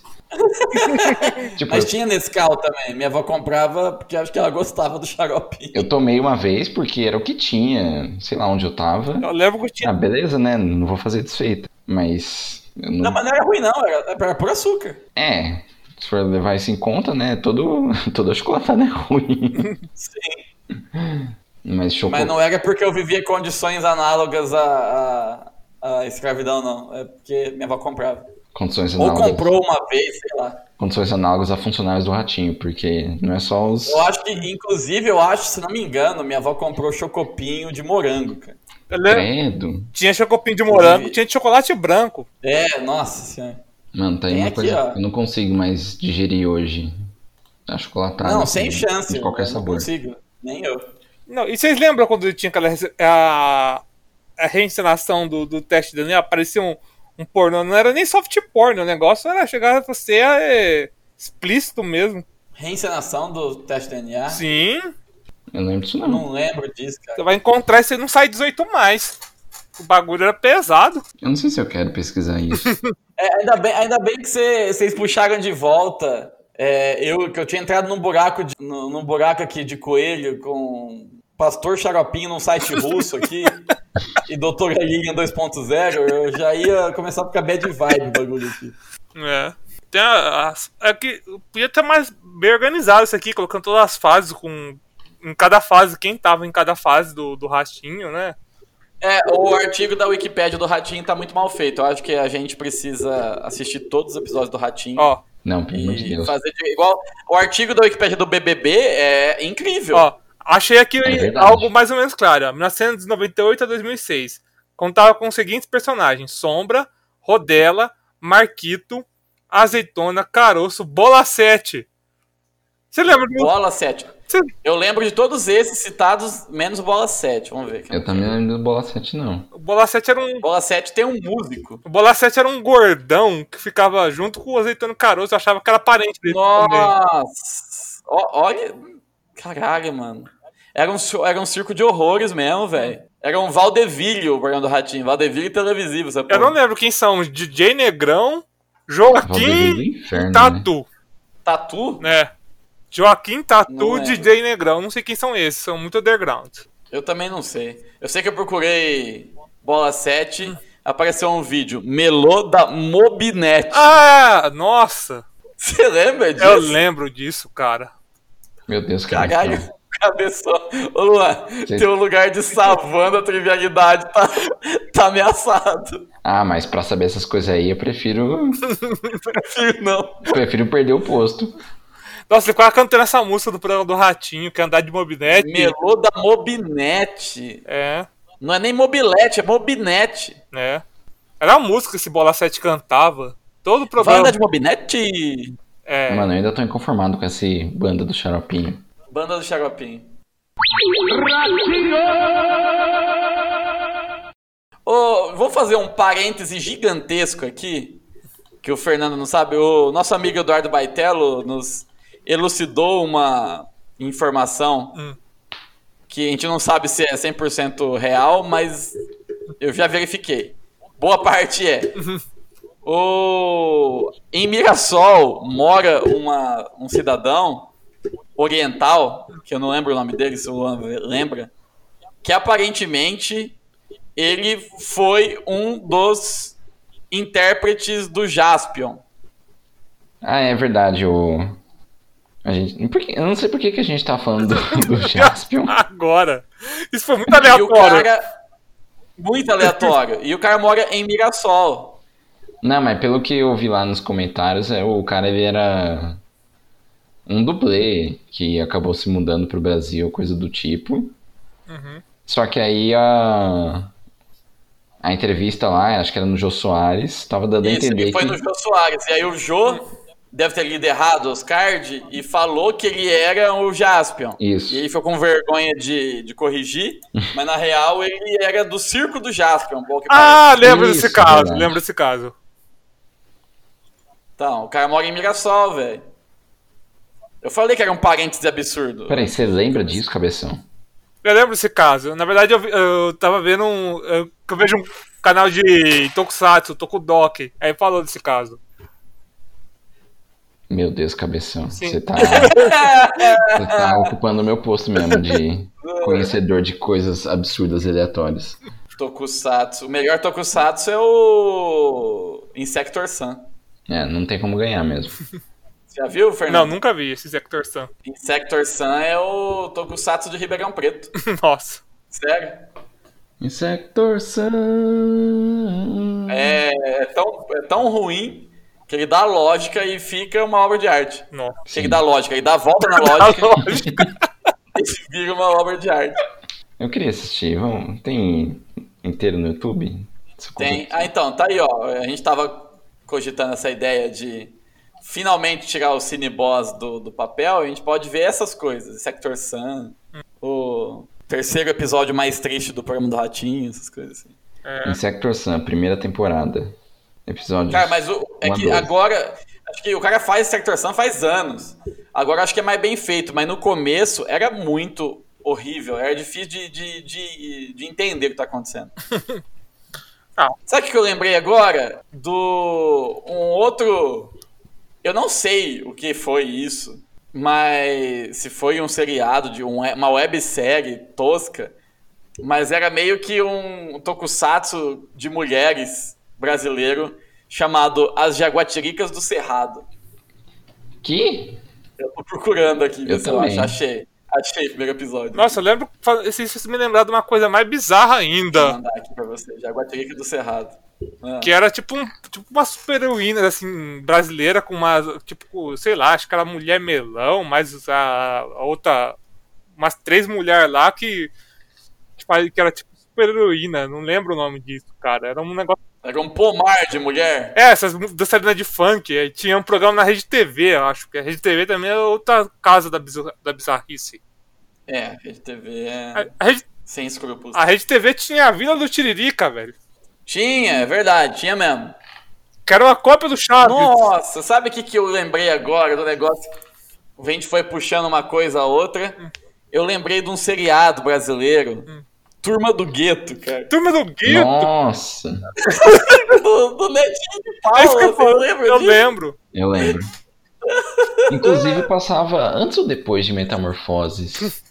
S2: tipo,
S1: Mas
S2: eu
S1: tinha Nescau também. Minha avó comprava porque acho que ela gostava do xaropinho.
S2: Eu tomei uma vez porque era o que tinha, sei lá onde eu tava.
S3: Eu lembro que tinha.
S2: Ah, beleza, né? Não vou fazer desfeita. Mas. eu não-
S1: Não, mas não era ruim, não. Era, era por açúcar.
S2: É, se for levar isso em conta, né? Todo, toda chocolatada é ruim.
S1: Sim.
S2: Mas choco...
S1: Mas não era porque eu vivia condições análogas à, à, à escravidão, não. É porque minha avó comprava.
S2: condições
S1: Ou
S2: análogas.
S1: comprou uma vez, sei lá.
S2: Condições análogas a funcionários do ratinho, porque não é só os.
S1: Eu acho que, inclusive, eu acho, se não me engano, minha avó comprou chocopinho de morango, cara.
S3: Eu lembro-
S2: Credo.
S3: Tinha chocopinho de morango, tinha de chocolate branco.
S1: É, nossa senhora.
S2: Mano, tá aí
S1: Tem
S2: uma
S1: aqui,
S2: coisa
S1: ó.
S2: que eu não consigo mais digerir hoje. Achocolatado.
S1: não, sem
S2: assim,
S1: chance.
S2: De
S1: eu
S2: qualquer
S1: Não
S2: sabor.
S1: consigo. Nem eu.
S3: Não, e vocês lembram quando tinha aquela rece- a, a reencenação do, do teste da Daniel? Aparecia um, um pornô, não era nem soft porno, o negócio era chegar a ser é, explícito mesmo.
S1: Reencenação do teste DNA?
S3: Sim,
S2: Eu não lembro disso não.
S1: Não lembro disso, cara.
S3: você vai encontrar e você não sai 18 mais. O bagulho era pesado.
S2: Eu não sei se eu quero pesquisar isso.
S1: É, ainda, bem, ainda bem que cê- vocês puxaram de volta. é, eu que eu tinha entrado num buraco, de- num, num buraco aqui de coelho com Pastor Xaropinho num site russo aqui e Doutora Lilian 2.0. Eu já ia começar a ficar bad vibe o bagulho aqui.
S3: É. Tem a- as- é que podia ter mais bem organizado isso aqui, colocando todas as fases com. Em cada fase, quem tava em cada fase do, do rastinho, né?
S1: É, o artigo da Wikipédia do Ratinho tá muito mal feito. Eu acho que a gente precisa assistir todos os episódios do Ratinho.
S3: Ó,
S2: Não, pelo amor de
S1: E
S2: Deus.
S1: fazer de- igual. O artigo da Wikipédia do BBB é incrível.
S3: Ó, achei aqui
S2: verdade.
S3: algo mais ou menos claro. ó. 1998 a 2006. Contava com os seguintes personagens: Sombra, Rodela, Marquito, Azeitona, Caroço, Bola 7. Você lembra do.
S1: Bola 7.
S3: Você-
S1: Eu lembro de todos esses citados, menos o Bola 7. Vamos ver. cara.
S2: Eu também não lembro do Bola 7, não.
S3: O Bola 7 era um.
S1: O Bola 7 tem um músico.
S3: O Bola 7 era um gordão que ficava junto com o Azeitona e Caroço. Eu achava que era parente dele também.
S1: Nossa! Ó, olha. Caralho, mano. Era um, ci- era um circo de horrores mesmo, velho. Era um Valdeville o programa do Ratinho. Valdeville televisivo, sabe?
S3: Eu não lembro quem são. DJ Negrão, Joaquim
S2: Valdevir do inferno,
S1: tá
S2: né?
S3: Tatu.
S1: Tatu?
S3: Né? Joaquim
S1: Não
S3: Tatu,
S1: lembro.
S3: DJ Negrão. Não sei quem são esses, são muito underground.
S1: Eu também não sei. Eu sei que eu procurei Bola 7, apareceu um vídeo. Melô da Mobinet.
S3: Ah, nossa!
S1: Você lembra disso?
S3: Eu lembro disso, cara.
S2: Meu Deus, cara.
S1: Caralho,
S2: então.
S1: cabeção. Ô Luan, teu lugar de savana, trivialidade, tá, tá ameaçado.
S2: Ah, mas pra saber essas coisas aí, eu prefiro.
S1: Filho, Não.
S2: prefiro perder o posto.
S3: Nossa, ele ficava cantando essa música do programa do Ratinho, que é andar de mobinete.
S1: Melô da Mobinete.
S3: É,
S1: Não é nem mobilete, é mobinete.
S3: né? Era a música que esse Bola 7 cantava. Todo o
S1: Vai
S3: programa.
S1: andar de mobinete?
S3: É.
S2: Mano, eu ainda tô inconformado com esse banda do xaropinho.
S1: Banda do Xaropim. Ô, vou fazer um parêntese gigantesco aqui, que o Fernando não sabe. O nosso amigo Eduardo Baitello nos elucidou uma informação
S3: Hum.
S1: que a gente não sabe se é 100% real, mas eu já verifiquei. Boa parte é. O... Em Mirassol mora uma, um cidadão oriental, que eu não lembro o nome dele, se o Luan lembra, que aparentemente ele foi um dos intérpretes do Jaspion.
S2: Ah, é verdade, o. A gente. por que- Eu não sei por que, que a gente tá falando do, do Jaspion.
S3: Agora. Isso foi muito
S1: E o
S3: aleatório.
S1: cara. Muito aleatório. E o cara mora em Mirassol.
S2: Não, mas pelo que eu vi lá nos comentários, é, o cara ele era um dublê que acabou se mudando pro Brasil, coisa do tipo.
S1: Uhum.
S2: Só que aí a a entrevista lá, acho que era no Jô Soares, tava dando a
S1: Isso,
S2: entender
S1: ele foi
S2: que
S1: no Jô Soares. E aí o Jô deve ter lido errado os cards e falou que ele era o Jaspion.
S2: Isso.
S1: E ele foi com vergonha de, de corrigir, mas na real ele era do circo do Jaspion. Bom, que parece.
S3: Ah, lembro
S2: Isso,
S3: desse caso,
S2: verdade.
S3: lembro desse caso.
S1: Então, o cara mora em Mirassol, velho. Eu falei que era um parênteses absurdo.
S2: Peraí, você lembra
S1: assim,
S2: disso, cabeção?
S3: Eu lembro desse caso. Na verdade, eu, vi- eu tava vendo um. Eu, que eu vejo um canal de Tokusatsu, Tokudoki. Aí falou desse caso.
S2: Meu Deus, cabeção,
S3: Sim.
S2: você tá você tá ocupando o meu posto mesmo de conhecedor de coisas absurdas e aleatórias.
S1: Tokusatsu. O melhor Tokusatsu é o Insector Sun.
S2: É, não tem como ganhar mesmo.
S1: Já viu,
S3: Não,
S1: Fernando?
S3: nunca vi esses Hector Sun.
S1: Insector Sun é o Tokusatsu de Ribeirão Preto.
S3: Nossa.
S1: Sério.
S2: Insector Sun.
S1: É, é tão, é tão ruim que ele dá lógica e fica uma obra de arte.
S3: Nossa.
S1: Que ele dá lógica, ele dá a volta na lógica e vira uma obra de arte.
S2: Eu queria assistir, vamos. Tem inteiro no YouTube? Isso
S1: Tem.
S2: conta-
S1: Ah, então, tá aí, ó. A gente tava cogitando essa ideia de finalmente tirar o Cineboss do, do papel, e a gente pode ver essas coisas. Sector Sun, o terceiro episódio mais triste do programa do Ratinho, essas coisas assim.
S3: É.
S2: Insector Sun, primeira temporada. Episódio. um
S1: Cara, mas o, é
S2: Uma
S1: que
S2: dor.
S1: agora. Acho que o cara faz Sector Sun faz anos. Agora acho que é mais bem feito, mas no começo era muito horrível. Era difícil de, de, de, de entender o que tá acontecendo.
S3: Ah.
S1: Sabe o que eu lembrei agora? Do. Um outro. Eu não sei o que foi isso, mas se foi um seriado, de um, uma websérie tosca, mas era meio que um tokusatsu de mulheres brasileiro chamado As Jaguatiricas do Cerrado.
S2: Que?
S1: Eu tô procurando aqui, ver
S2: Eu
S1: se eu
S2: também.
S1: acho. Achei. Achei o primeiro episódio.
S3: Nossa, eu lembro. Vocês vocês me lembraram de uma coisa mais bizarra
S1: Vou
S3: ainda.
S1: mandar aqui pra você. Jaguatirica do Cerrado. Ah.
S3: Que era tipo, um, tipo uma super heroína, assim, brasileira, com uma. Tipo, sei lá, acho que era mulher melão, mas a, a outra. Umas três mulheres lá que. Que, faz- que era tipo super heroína. Não lembro o nome disso, cara. Era um negócio.
S1: Era um pomar de mulher.
S3: É, essas mu- dançarinas de funk. Aí tinha um programa na Rede TV, eu acho. Que a Rede TV também é outra casa da, bizu- da bizarrice.
S1: É, a Rede TV
S3: A,
S1: é
S3: a Rede,
S1: sem escrúpulos.
S3: a Rede TV tinha a Vila do Tiririca, velho.
S1: Tinha, é verdade, tinha mesmo.
S3: Que era uma cópia do Chaves.
S1: Nossa, sabe o que, que eu lembrei agora do negócio? A gente foi puxando uma coisa a outra. Eu lembrei de um seriado
S3: Hum.
S1: brasileiro. Turma do Gueto, cara.
S3: Turma do Gueto.
S2: Nossa,
S1: do, do Netinho de
S3: É isso
S1: Paula,
S3: que eu
S1: você
S3: falo.
S1: lembra
S3: Eu
S1: disso?
S3: lembro.
S2: eu lembro. Inclusive passava antes ou depois de Metamorfoses?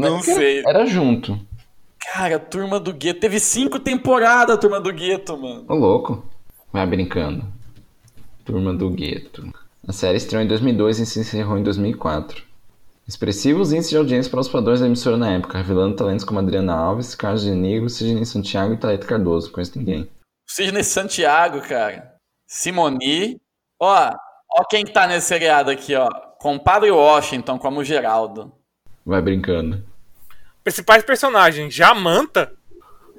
S1: Não
S2: lembro que era-
S1: sei.
S2: Era junto.
S1: Cara, Turma do Gueto. Teve cinco temporadas, Turma do Gueto, mano.
S2: Ô louco. Vai brincando. Turma do Gueto. A série estreou em 2002 e se encerrou em 2004. Expressivos índices de audiência para os padrões da emissora na época, revelando talentos como Adriana Alves, Carlos de Negro, Sidney Santiago e Thalita Cardoso. Conheço ninguém.
S1: Sidney Santiago, cara. Simoni. Ó, ó quem tá nesse seriado aqui, ó. Compadre Washington, como Geraldo.
S2: Vai brincando.
S3: Principais personagens: Jamanta.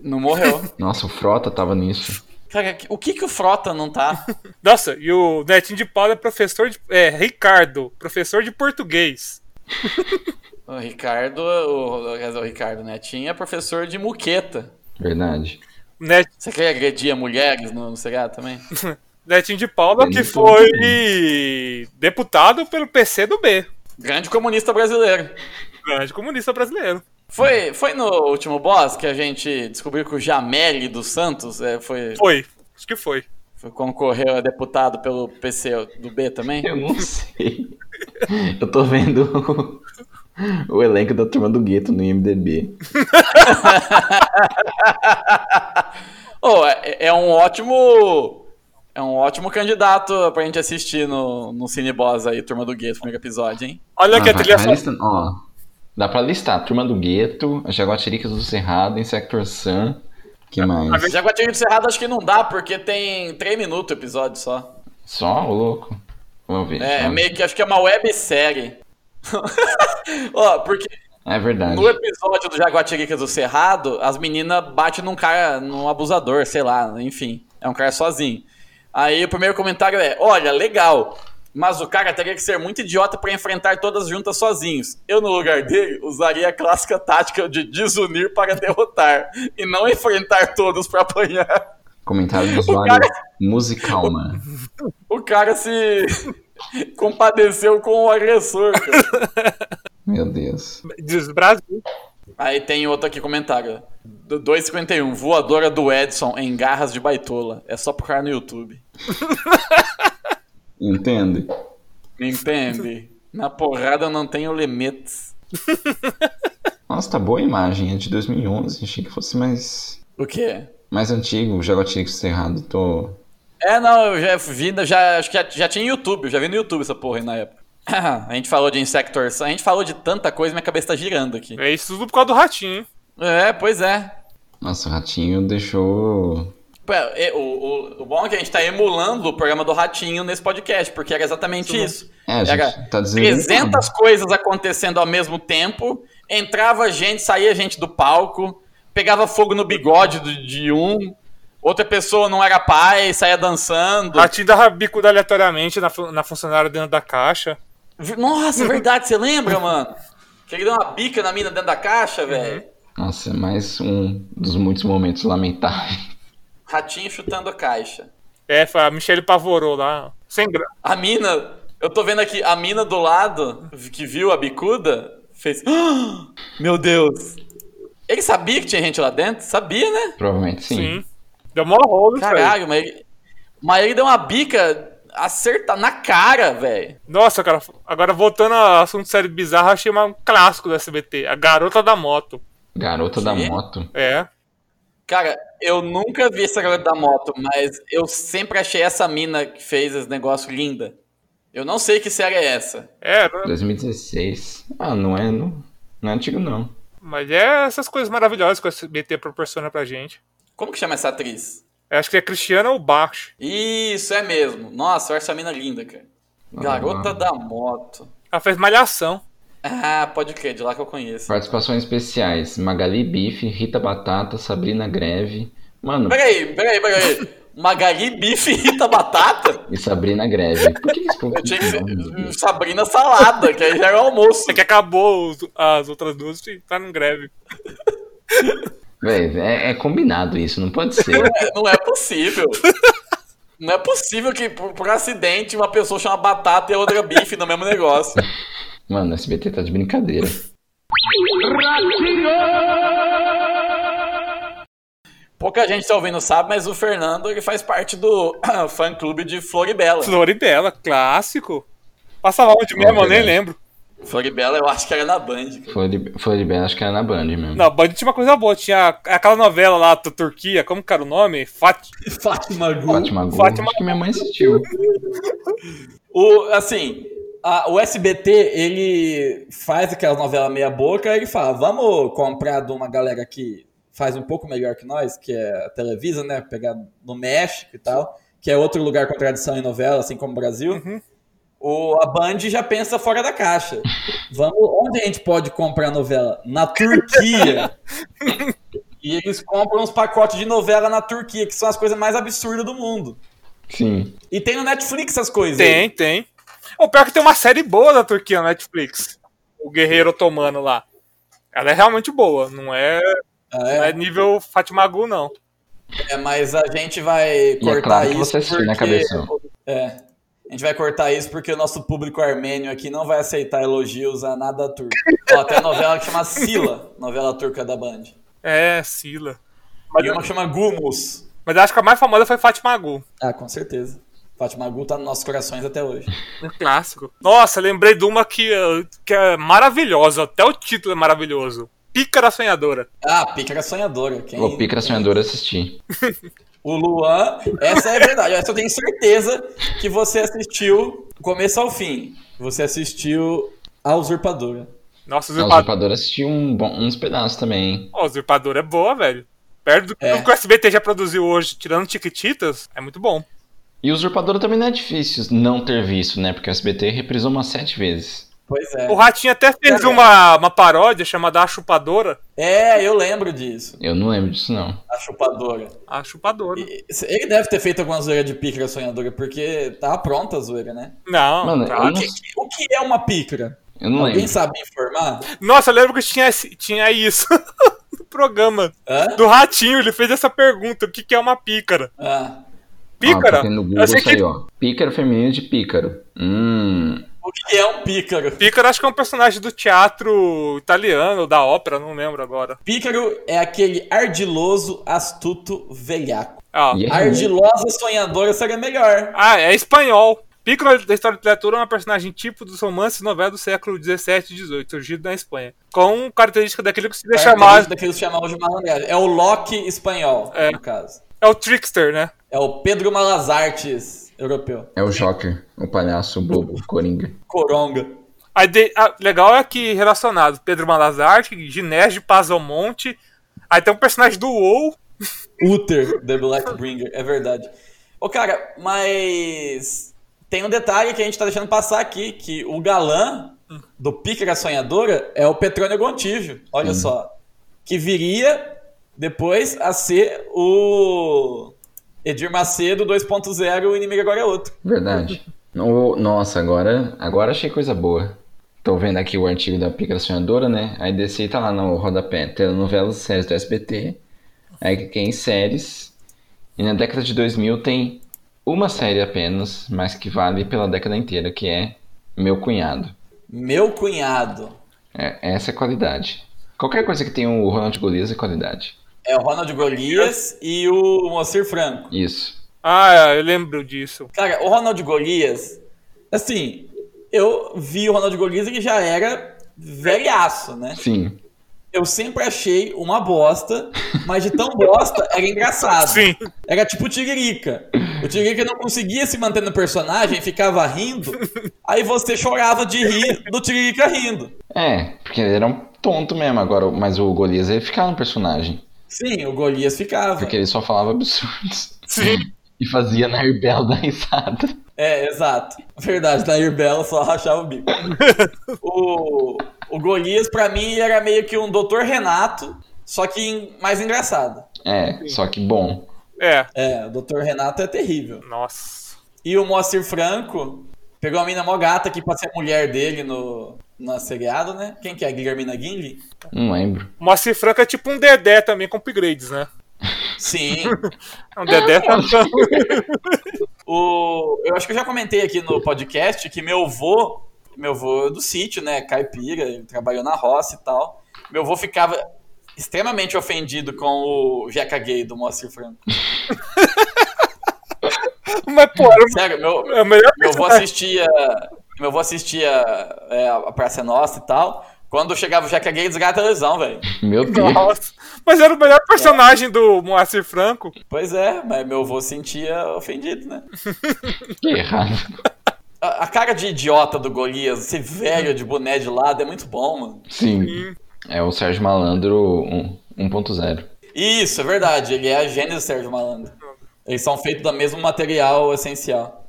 S1: Não morreu.
S2: Nossa, o Frota tava nisso.
S1: cara, o que que o Frota não tá?
S3: Nossa, e o Netinho de Paula é professor de. É, Ricardo, professor de português.
S1: O Ricardo, o, quer dizer, o Ricardo Netinho é professor de muqueta.
S2: Verdade.
S3: O Net-
S1: Você quer agredir mulheres no, no seriado também?
S3: Netinho de Paula,
S2: Eu
S3: que
S2: não tô
S3: foi deputado pelo PC do B.
S1: Grande comunista brasileiro.
S3: Grande comunista brasileiro.
S1: Foi, foi no último boss que a gente descobriu que o Jameli dos Santos é, foi,
S3: Foi. Acho que foi.
S1: foi- concorreu a deputado pelo PC do B também?
S2: Eu não sei. Eu tô vendo o, o elenco da Turma do Gueto no IMDB.
S1: Oh, é, é um ótimo. É um ótimo candidato pra gente assistir no, no Cine Boss aí, Turma do Gueto, primeiro episódio, hein?
S3: Olha aqui
S2: Ah,
S3: a
S2: vai,
S3: trilha
S2: vai
S3: sonora.
S2: listando, ó. Dá pra listar. Turma do Gueto, as Jaguatiricas do Cerrado, Insector Sun. Que mais?
S1: Jaguatinho do Cerrado acho que não dá, porque tem 3 minutos o episódio só.
S2: Só, ô louco? Vamos ver.
S1: É,
S2: deixa eu ver.
S1: meio que acho que é uma websérie. Ó, porque
S2: É verdade.
S1: No episódio do Jaguatirica do Cerrado, as meninas batem num cara, num abusador, sei lá, enfim. É um cara sozinho. Aí o primeiro comentário é: olha, legal, mas o cara teria que ser muito idiota pra enfrentar todas juntas sozinhos. Eu, no lugar dele, usaria a clássica tática de desunir para derrotar e não enfrentar todos pra apanhar.
S2: Comentário do usuário musical, né? mano.
S1: O cara se compadeceu com o agressor. Cara.
S2: Meu Deus.
S3: Diz Brasil.
S1: Aí tem outro aqui comentário. Do 251, voadora do Edson em garras de baitola. É só procurar no YouTube.
S2: Entende?
S1: Me entende? Na porrada eu não tenho limites.
S2: Nossa, tá boa a imagem. É de 2011. Achei que fosse mais,
S1: O quê?
S2: mais antigo. O Jaguatiricas do Cerrado. Tô,
S1: É, não, eu já vi, já, acho que já, já tinha YouTube, eu já vi no YouTube essa porra aí na época. A gente falou de Insectors, a gente falou de tanta coisa, minha cabeça tá girando aqui.
S3: É isso tudo por causa do ratinho, hein?
S1: É, pois é.
S2: Nossa, o ratinho deixou.
S1: Pô, é, O, o, o bom é que a gente tá emulando o programa do Ratinho nesse podcast, porque era exatamente isso.
S2: É, a gente
S1: Era
S2: tá desenvolvendo.
S1: 300 coisas acontecendo ao mesmo tempo, entrava gente, saía gente do palco, pegava fogo no bigode do- de um, outra pessoa não era pai, saía dançando.
S3: Ratinho dava bicuda aleatoriamente na, fu- na funcionária dentro da caixa.
S1: Vi- Nossa, é verdade, você lembra, mano? Que ele deu uma bica na mina dentro da caixa, velho.
S2: Nossa, mais um dos muitos momentos lamentáveis.
S1: Ratinho chutando a caixa.
S3: É, foi a Michelle pavorou lá. Sem gra...
S1: A mina, eu tô vendo aqui, a mina do lado, que viu a bicuda, fez. "Ah, Meu Deus! Ele sabia que tinha gente lá dentro? Sabia, né?
S2: Provavelmente sim.
S3: Sim. Deu mó rolo isso aí.
S1: Caralho, mas ele, mas ele deu uma bica acerta na cara, velho.
S3: Nossa, cara, agora voltando ao assunto de série bizarra, eu achei uma- um clássico do SBT. A Garota da Moto.
S2: Garota da
S1: Quê?
S2: moto.
S3: É.
S1: Cara, eu nunca vi essa garota da moto, mas eu sempre achei essa mina que fez esse negócio linda. Eu não sei que série é essa.
S3: É,
S2: 2016. Ah, não é, não, não é antigo, não.
S3: mas é essas coisas maravilhosas que o SBT proporciona pra gente.
S1: Como que chama essa atriz?
S3: Eu acho que é Cristiana ou Baixo.
S1: Isso, é mesmo. Nossa, eu acho essa mina linda, cara. Garota
S2: Ah.
S1: da moto.
S3: Ela fez Malhação.
S1: Ah, pode crer, de lá que eu conheço.
S2: Participações especiais: Magali Bife, Rita Batata, Sabrina Greve. Mano,
S1: Peraí, peraí, peraí. Magali Bife e Rita Batata?
S2: e Sabrina Greve. Por que eles
S1: Eu tinha que ser
S2: colocam-
S1: Sabrina Salada, que aí já era o almoço.
S3: É que acabou os- as outras duas e tá em greve.
S2: Véi, é, é combinado isso, não pode ser.
S1: É, Não é possível. Não é possível que, por, por acidente, uma pessoa chama batata e a outra bife no mesmo negócio.
S2: Mano, o SBT tá de brincadeira.
S1: Pouca gente tá ouvindo sabe, mas o Fernando ele faz parte do fã-clube de Floribela.
S3: Floribela, clássico. Passava onde mesmo? Eu nem
S2: verdade.
S3: lembro.
S1: Floribela eu acho que era na Band. cara.
S2: Florib- Floribela, acho que era na Band mesmo.
S3: Não, Band tinha uma coisa boa. Tinha aquela novela lá da Turquia, como que era o nome? Fat...
S1: Fátima
S2: Fátima Gol,
S3: Fátima-
S2: acho que minha mãe assistiu.
S1: O, assim, a- o SBT, ele faz aquela novela meia boca e ele fala, vamos comprar de uma galera que faz um pouco melhor que nós, que é a Televisa, né? Pegar no México e tal, que é outro lugar com tradição em novela, assim como o Brasil. O, a Band já pensa fora da caixa. Vamos, onde a gente pode comprar novela? Na Turquia. e eles compram uns pacotes de novela na Turquia, que são as coisas mais absurdas do mundo.
S2: Sim.
S1: E tem no Netflix essas coisas.
S3: Tem, tem. O pior é que tem uma série boa da Turquia na Netflix. O Guerreiro Otomano lá. Ela é realmente boa, não é,
S1: Ah,
S3: não
S1: é?
S3: é nível Fatimagu, não.
S1: É, mas a gente vai
S2: E é
S1: cortar
S2: claro que
S1: isso.
S2: você assistiu, né,
S1: porque-
S2: cabeção?
S1: É. A gente vai cortar isso porque o nosso público armênio aqui não vai aceitar elogios a nada turco. Ó, tem a novela que chama Sila, novela turca da Band.
S3: É, Sila.
S1: E uma que chama Gumus.
S3: Mas eu acho que a mais famosa foi Fatimagu.
S1: Ah, com certeza. Fátima Gu tá nos nossos corações até hoje.
S3: Um clássico. Nossa, lembrei de uma que, eh, que é maravilhosa. Até o título é maravilhoso. Pícara Sonhadora.
S1: Ah, Pícara Sonhadora. Quem...
S2: O Picra Sonhadora assisti.
S1: O Luan, essa é a verdade. Essa eu tenho certeza que você assistiu do começo ao fim. Você assistiu A Usurpadora.
S3: Nossa,
S2: A
S3: usurpador.
S2: Usurpadora assisti um bom- uns pedaços também. hein?
S3: Ó, usurpador é boa, velho. Perto do que
S1: É.
S3: o SBT já produziu hoje, tirando Tiquititas, é muito bom.
S2: E Usurpadora também não é difícil não ter visto, né? Porque o SBT reprisou umas sete vezes.
S1: Pois é.
S3: O Ratinho até fez
S1: É.
S3: uma, uma paródia chamada A Chupadora.
S1: É, eu lembro disso.
S2: Eu não lembro disso, não.
S1: A chupadora.
S3: A Chupadora.
S1: E- Ele deve ter feito alguma zoeira de pícara sonhadora, porque tava pronta a zoeira, né?
S3: Não,
S2: Mano,
S3: tá.
S2: eu Ah, não,
S1: O que é uma pícara?
S2: eu não
S1: Alguém
S2: lembro.
S1: sabe informar?
S3: Nossa, eu lembro que tinha, esse- tinha isso no programa.
S1: Hã?
S3: Do Ratinho, ele fez essa pergunta: o que, que é uma pícara?
S1: Ah,
S3: Pícara?
S2: Ah, botei no Google
S3: eu sei que
S2: saiu, ó. Pícaro feminino de pícaro. Hum.
S1: o que é um pícaro?
S3: Pícaro acho que é um personagem do teatro italiano, da ópera, não lembro agora.
S1: Pícaro é aquele ardiloso, astuto, velhaco.
S3: Ah,
S2: E é ruim.
S1: Ardilosa sonhadora seria melhor.
S3: ah, é espanhol. Pícaro da história da literatura é um personagem tipo dos romances e novelas do século XVII e XVIII, surgido na Espanha. Com característica daquilo que se vê chamado.
S1: Daqueles chamados de malandragem. É o Loki espanhol,
S3: É.
S1: no caso.
S3: É o trickster, né?
S1: É o Pedro Malas Artes europeu.
S2: É o Joker, o palhaço bobo, coringa.
S1: Coronga.
S3: A de- a- legal é que relacionado Pedro Malazarte, Ginés de Pazomonte. Aí tem um personagem do WoW.
S1: Uther, The Blackbringer, é verdade. Ô, cara, mas tem um detalhe que a gente tá deixando passar aqui, que o galã do Pícara Sonhadora é o Petrônio Gontívio, olha só. Que viria depois a ser o Edir Macedo 2.0, o inimigo agora é outro.
S2: Verdade. No- Nossa, agora, agora achei coisa boa. Tô vendo aqui o artigo da Pica Sonhadora, né? Aí desci e tá lá no rodapé. Telenovelas e séries do SBT. Aí cliquei em séries. E na década de 2000 tem uma série apenas, mas que vale pela década inteira, que é Meu Cunhado.
S1: Meu cunhado.
S2: É, essa é qualidade. Qualquer coisa que tenha o Ronald Golias é qualidade.
S1: É o Ronald Golias e o Moacir Franco.
S2: Isso.
S3: Ah, eu lembro disso.
S1: Cara, o Ronald Golias, assim, eu vi o Ronald Golias que já era velhaço, né?
S2: Sim.
S1: Eu sempre achei uma bosta, mas de tão bosta era engraçado.
S3: Sim.
S1: Era tipo o Tiririca. O Tiririca não conseguia se manter no personagem, ficava rindo, aí você chorava de rir do Tiririca rindo.
S2: É, porque ele era um tonto mesmo agora, mas o Golias ele ficava no personagem.
S1: Sim, o Golias ficava.
S2: Porque ele só falava absurdos.
S3: Sim.
S2: E fazia na Irbel da risada.
S1: É, exato. Verdade, Nair Bela só rachava o bico. o, o Golias, pra mim, ele era meio que um Dr. Renato, só que em- mais engraçado.
S2: É, só que bom.
S3: É.
S1: É, o Dr. Renato é terrível.
S3: Nossa.
S1: E o Moacir Franco pegou a mina mó gata aqui pra ser mulher dele no, na seriado, né? Quem que é? A Guilhermina Guinle?
S2: Não lembro.
S3: O Moacir Franco é tipo um Dedé também com upgrades, né?
S1: Sim.
S3: É um Dedé cantando.
S1: o, eu acho que eu já comentei aqui no podcast que meu avô, meu avô é do sítio, né? Caipira, ele trabalhou na roça e tal. Meu avô ficava extremamente ofendido com o Jeca Gay do Moacir Franco.
S3: Mas, pô, era
S1: Sério, meu,
S3: o- é o melhor
S1: meu avô
S3: personagem.
S1: assistia. Meu avô assistia é, a Praça é Nossa e tal. Quando chegava o Jeca Gay, desligava a televisão, velho.
S2: Meu Deus.
S3: Nossa. Mas era o melhor personagem do Moacir Franco.
S1: Pois é, mas meu avô sentia ofendido, né?
S2: Que errado.
S1: A, a cara de idiota do Golias, esse velho de boné de lado, é muito bom, mano.
S2: Sim. É o Sérgio Malandro um- 1.0.
S1: Isso, é verdade. Ele é a gênese do Sérgio Malandro. Eles são feitos do mesmo material essencial.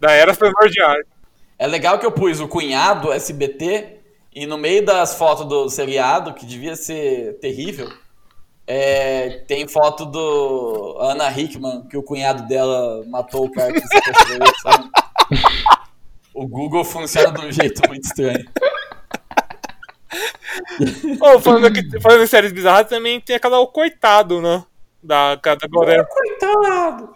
S3: Da Era Primordial.
S1: É legal que eu pus o cunhado SBT e no meio das fotos do seriado, que devia ser terrível, é, tem foto do Ana Hickman, que o cunhado dela matou o cara que se prostituiu, sabe? O Google funciona de um jeito muito estranho.
S3: Ô, falando, aqui, falando em séries bizarras, também tem aquela O Coitado, né? Da, da Goré.
S1: Coitado!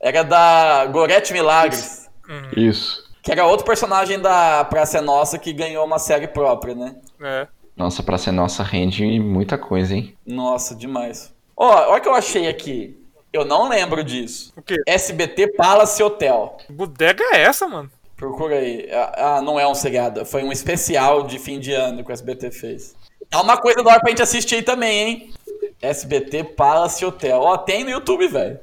S1: Era da Gorete Milagres,
S2: Isso.
S1: que era outro personagem da Praça é Nossa que ganhou uma série própria, né?
S3: É.
S2: Nossa, pra ser nossa, rende muita coisa, hein?
S1: Nossa, demais. Ó, olha o que eu achei aqui. Eu não lembro disso.
S3: O quê?
S1: SBT Palace Hotel.
S3: Que bodega é essa, mano?
S1: Procura aí. Ah, ah, não é um seriado. Foi um especial de fim de ano que o SBT fez. É uma coisa da hora pra gente assistir aí também, hein? SBT Palace Hotel. Ó, tem no YouTube, velho.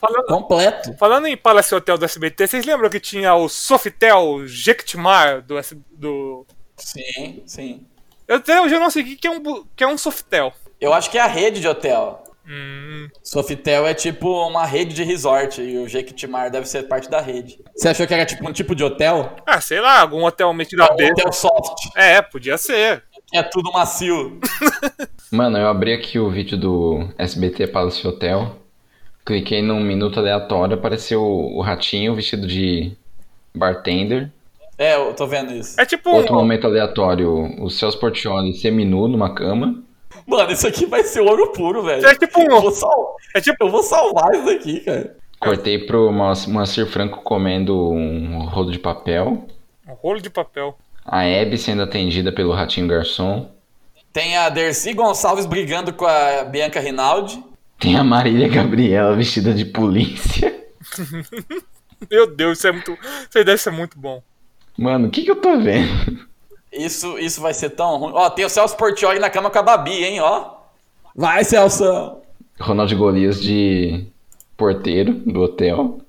S3: Falando,
S1: Completo.
S3: falando em Palace Hotel do SBT, vocês lembram que tinha o Sofitel Jequitimar do, S- do...
S1: Sim, sim.
S3: Eu até hoje eu não sei o que que é um, bu- que é um Sofitel.
S1: Eu acho que é a rede de hotel.
S3: Hum,
S1: Sofitel é tipo uma rede de resort e o Jequitimar deve ser parte da rede. Você achou que era tipo um tipo de hotel?
S3: ah, sei lá, algum hotel metido a
S1: Um
S3: dedo.
S1: hotel soft,
S3: É, podia ser.
S1: que é tudo macio.
S2: Mano, eu abri aqui o vídeo do SBT Palace Hotel. Cliquei num minuto aleatório, apareceu o ratinho vestido de bartender.
S1: É, eu tô vendo isso.
S3: É tipo
S2: Outro
S3: um...
S2: momento aleatório, o Celso Portioli seminu numa cama.
S1: Mano, isso aqui vai ser ouro puro, velho.
S3: É tipo um-
S1: Eu vou, sal...
S3: É tipo,
S1: eu vou salvar isso daqui, cara.
S2: Cortei pro Moac- Moacir Franco comendo um rolo de papel.
S3: um rolo de papel.
S2: A Hebe sendo atendida pelo Ratinho Garçom.
S1: Tem a Dercy Gonçalves brigando com a Bianca Rinaldi.
S2: Tem a Marília Gabriela vestida de polícia.
S3: Meu Deus, isso é muito... Isso aí deve ser muito bom.
S2: Mano, o que que eu tô vendo?
S1: Isso, isso vai ser tão ruim. Ó, tem o Celso Portioli na cama com a Babi, hein, ó. Vai, Celso.
S2: Ronaldo Golias de porteiro do hotel.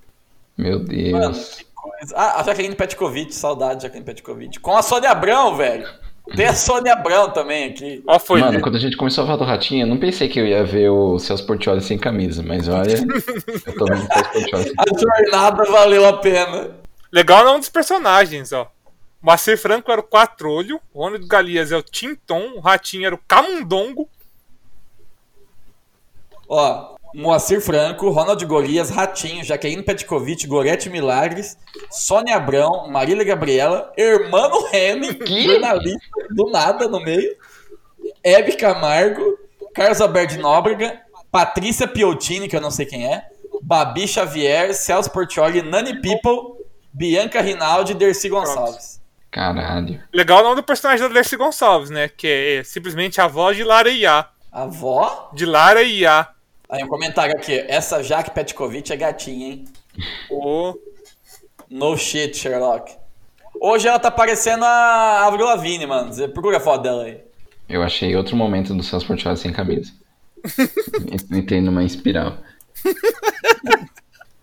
S2: Meu Deus.
S1: Mano, que coisa. Ah, a Jaqueline Petkovic, saudade da Jaqueline Petkovic. Com a Sônia Abrão, velho. Tem a Sônia Abrão também aqui.
S3: Ó, foi.
S2: Mano, quando a gente começou a falar do Ratinho, eu não pensei que eu ia ver o Celso Portioli sem camisa, mas olha, eu tô vendo o Celso Portioli sem
S1: A jornada valeu a pena.
S3: Legal não dos personagens, ó. Macir Franco era o Quatrolho, o Ronald Galias é o Tinton, o Ratinho era o Camundongo.
S1: Ó, Moacir Franco, Ronald Golias, Ratinho, Jaqueline Petkovic, Gorete Milagres, Sônia Abrão, Marília Gabriela, Hermano Henning, jornalista do nada no meio, Hebe Camargo, Carlos Alberto de Nóbrega, Patrícia Piotini, que eu não sei quem é, Babi Xavier, Celso Portioli, Nani People, Bianca Rinaldi e Dercy Gonçalves.
S2: Caralho.
S3: Legal não do personagem da Dercy Gonçalves, né? Que é, é simplesmente a voz de Lara Iá.
S1: Avó?
S3: De Lara Iá.
S1: Aí um comentário aqui, essa Jaque Petkovic é gatinha, hein?
S3: O...
S1: No shit, Sherlock. Hoje ela tá parecendo a Avril Lavigne, mano. Você procura a foto dela aí.
S2: Eu achei outro momento do Celso Portioli sem camisa. Entrei numa espiral.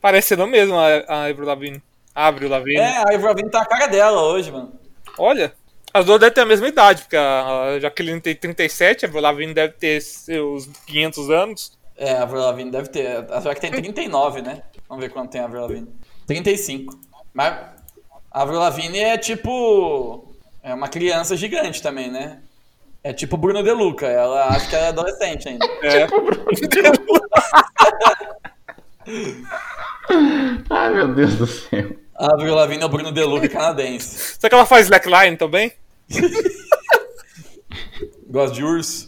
S3: Parecendo mesmo a, a Avril Lavigne. Avril Lavigne.
S1: É, a Avril Lavigne tá a cara dela hoje, mano.
S3: Olha, as duas devem ter a mesma idade, porque a a Jaqueline tem 37, a Avril Lavigne deve ter seus 500 anos.
S1: É, a Avril Lavigne deve ter. A Jaque tem 39, né? Vamos ver quanto tem a Avril Lavigne. 35. Mas a Avril Lavigne é tipo... É uma criança gigante também, né? É tipo Bruno De Luca. Ela acha que ela é adolescente ainda.
S3: É.
S2: Ai, meu Deus do céu.
S1: A Avril Lavigne é o Bruno De Luca canadense.
S3: Será que ela faz slackline também?
S1: Gosta de urso?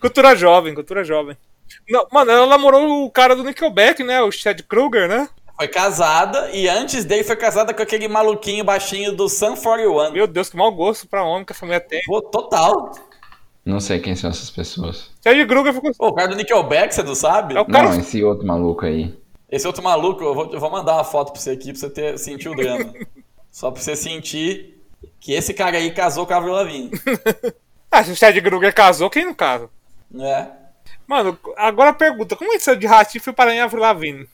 S3: Cultura jovem, cultura jovem. Não, mano, ela namorou o cara do Nickelback, né? O Chad Kruger, né?
S1: Foi casada e antes dele foi casada com aquele maluquinho baixinho do Sun 41.
S3: Meu Deus, que mau gosto pra homem que a família tem.
S1: Pô, total.
S2: Não sei quem são essas pessoas.
S3: Chad Kruger ficou.
S1: Pô, o cara do Nickelback, você não sabe?
S3: É o cara.
S2: Não, esse outro maluco aí.
S1: Esse outro maluco, eu vou, eu vou mandar uma foto pra você aqui pra você ter, sentir o drama. Só pra você sentir que esse cara aí casou com a Avril Lavigne.
S3: Ah, se o Chad Kruger casou, quem não casa?
S1: Né?
S3: Mano, agora pergunta: como é que saiu de Ratinho e foi parar em Avril Lavigne?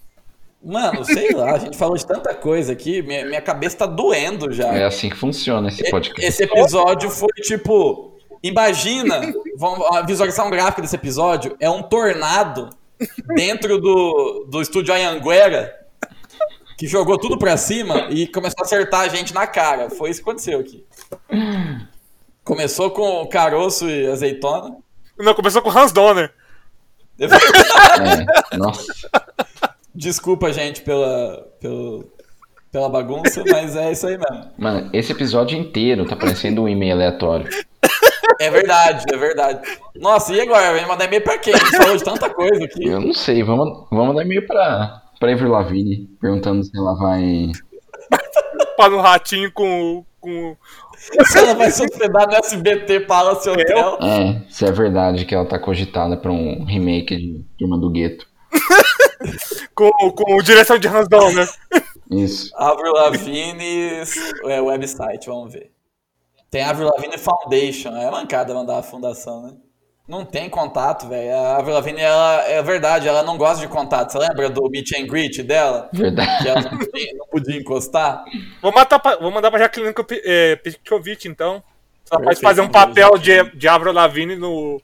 S1: Mano, sei lá, a gente falou de tanta coisa aqui, minha, minha cabeça tá doendo já.
S2: É assim que funciona esse podcast.
S1: Esse episódio foi tipo. Imagina, vamos- a visualização gráfica desse episódio é um tornado dentro do, do estúdio Ayanguera que jogou tudo pra cima e começou a acertar a gente na cara. Foi isso que aconteceu aqui. Começou com caroço e azeitona.
S3: Não, começou com Hans Donner.
S2: É, nossa.
S1: Desculpa, gente, pela, pelo, pela bagunça, mas é isso aí mesmo.
S2: Mano, esse episódio inteiro tá parecendo um e-mail aleatório.
S1: É verdade, é verdade. Nossa, e agora? Vai mandar e-mail pra quem? A gente falou de tanta coisa aqui.
S2: Eu não sei, vamos, vamos dar e-mail pra, pra Avril Lavigne, perguntando se ela vai...
S3: Para o ratinho com, o- com o-
S1: Se ela vai se hospedar no SBT Palace Hotel.
S2: É, se é verdade que ela tá cogitada pra um remake de Turma do Gueto.
S3: com, o- com o direção de Hans Donner.
S2: Isso.
S1: Avril Lavigne é, website, vamos ver. Tem Avril Lavigne Foundation, é mancada mandar a fundação, né? Não tem contato, velho. A Avril Lavigne, ela, é verdade, ela não gosta de contato. Você lembra do meet and greet dela?
S2: Verdade.
S1: Que ela não, podia- não podia encostar?
S3: Vou, matar pra- vou mandar pra Jaqueline Kopi- eh, Petkovic, então. Ela pode
S1: Perfeito,
S3: fazer um
S1: meu Deus,
S3: papel de,
S1: Jaqueline.
S3: de Avril Lavigne no,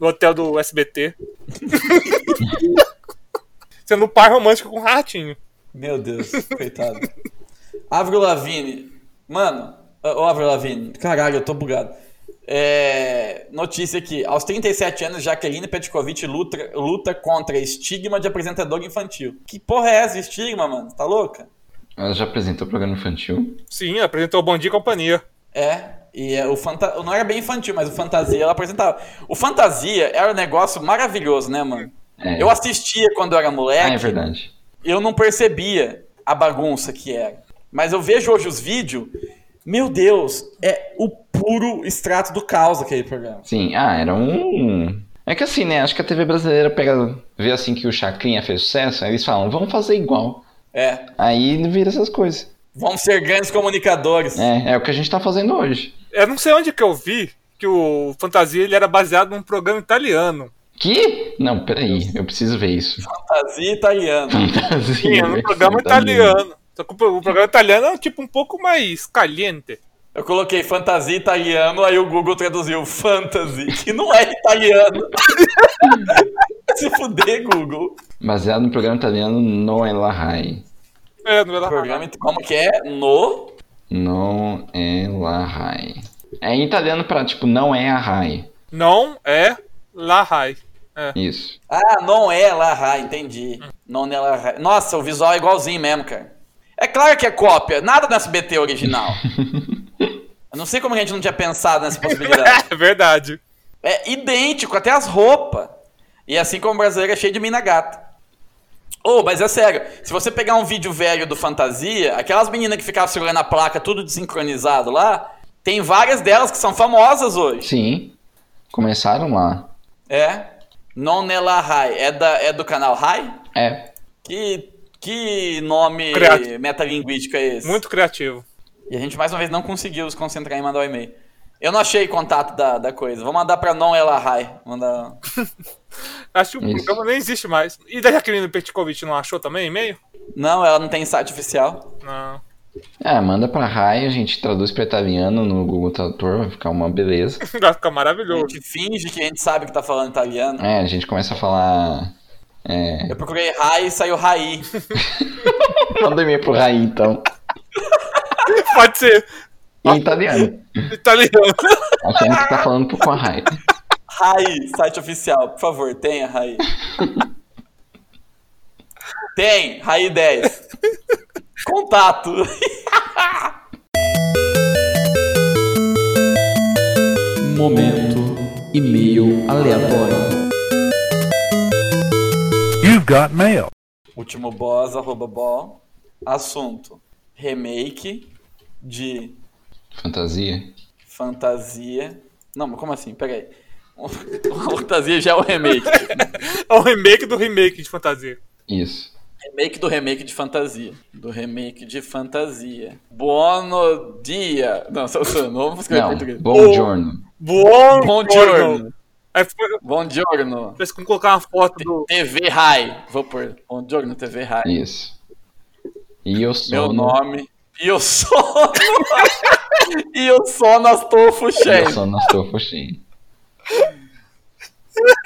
S3: no hotel do SBT. Sendo um par romântico com o ratinho.
S1: Meu Deus, coitado. Avril Lavigne. Mano, ô Avril Lavigne, caralho, eu tô bugado. É, notícia aqui. Aos 37 anos, Jaqueline Petkovic luta, luta contra estigma de apresentadora infantil. Que porra é essa, estigma, mano? Tá louca?
S2: Ela já apresentou o programa infantil?
S3: Sim, apresentou Bom Dia e Companhia.
S1: É, e é, o fanta... não era bem infantil, mas o Fantasia ela apresentava. O Fantasia era um negócio maravilhoso, né, mano?
S2: É.
S1: Eu assistia quando eu era
S2: Ah,
S1: moleque.
S2: é verdade.
S1: eu não percebia a bagunça que era. Mas eu vejo hoje os vídeos, meu Deus, é o puro extrato do caos aquele programa.
S2: Sim, ah, era um. É que assim, né? Acho que a TV brasileira pega, vê assim que o Chacrinha fez sucesso, aí eles falam, vamos fazer igual.
S1: É,
S2: Aí vira essas coisas.
S1: vamos ser grandes comunicadores.
S2: É, é o que a gente tá fazendo hoje.
S3: Eu não sei onde que eu vi que o Fantasia ele era baseado num programa italiano.
S2: Que? Não, peraí, eu preciso ver isso.
S1: Fantasia italiana.
S3: Sim,
S2: Fantasia.
S3: é um programa italiano. Só que o programa italiano é tipo um pouco mais caliente.
S1: Eu coloquei fantasia italiano, aí o Google traduziu fantasy, que não é italiano. Se fuder, Google.
S2: Baseado no programa italiano No è la Rai.
S3: É, não é lá.
S1: Programa, it- como que é? No.
S2: Non è la Rai. É em italiano pra, tipo, não é a Rai.
S3: Não é La Rai. É.
S2: Isso.
S1: Ah, não é La Rai, entendi. Não é La Rai. Nossa, o visual é igualzinho mesmo, cara. É claro que é cópia, nada do SBT original. Eu não sei como que a gente não tinha pensado nessa possibilidade.
S3: É verdade.
S1: É idêntico, até as roupas. E assim como o brasileiro é cheio de mina gata. Ô, mas é sério, se você pegar um vídeo velho do Fantasia, aquelas meninas que ficavam segurando a placa tudo desincronizado lá, tem várias delas que são famosas hoje.
S2: Sim. Começaram lá.
S1: É. Nonela Rai, é, da, é do canal Rai?
S2: É.
S1: Que, que nome
S3: Criativo.
S1: metalinguístico é esse?
S3: Muito criativo.
S1: E a gente mais uma vez não conseguiu nos concentrar em mandar o e-mail. Eu não achei contato da, da coisa. Vou mandar pra Non Ela Rai. Mandar...
S3: Acho que o
S2: Isso.
S3: programa nem existe mais. E da Jaqueline Petkovic não achou também e-mail?
S1: Não, ela não tem site oficial.
S3: Não.
S2: É, manda pra Rai, a gente traduz pra italiano no Google Tradutor, vai ficar uma beleza.
S3: Vai ficar
S1: A
S3: tá maravilhoso.
S1: gente finge que a gente sabe que tá falando italiano.
S2: É, a gente começa a falar. É.
S1: Eu procurei Rai e saiu Rai.
S2: Manda e-mail pro Rai, então.
S3: Pode ser
S2: Em italiano.
S3: italiano.
S2: Achando que tá falando com a Rai.
S1: Rai, site oficial. Por favor, tenha Rai. Tem, Rai 10. Contato.
S5: Momento e-mail aleatório.
S6: You've got mail.
S1: Último boss, arroba ball. Assunto. Remake de
S2: Fantasia?
S1: fantasia. Não, mas como assim? Pera aí. fantasia já é o remake.
S3: É o remake do remake de fantasia.
S2: Isso.
S1: Remake do remake de fantasia. Do remake de fantasia. Buono dia. Não, só, só, não vamos escrever em
S2: Não,
S1: português.
S2: bom giorno.
S3: Bom,
S1: Bom
S3: giorno.
S1: giorno.
S3: Aí foi-
S1: Bom giorno.
S3: parece que vamos colocar uma foto do.
S1: TV Rai. Vou pôr. Bom giorno, TV Rai.
S2: Isso. E eu sou.
S1: Meu nome. E eu sou. e eu sou Nastolfo
S2: Eu
S1: Shen.
S2: sou Nostofo Shin.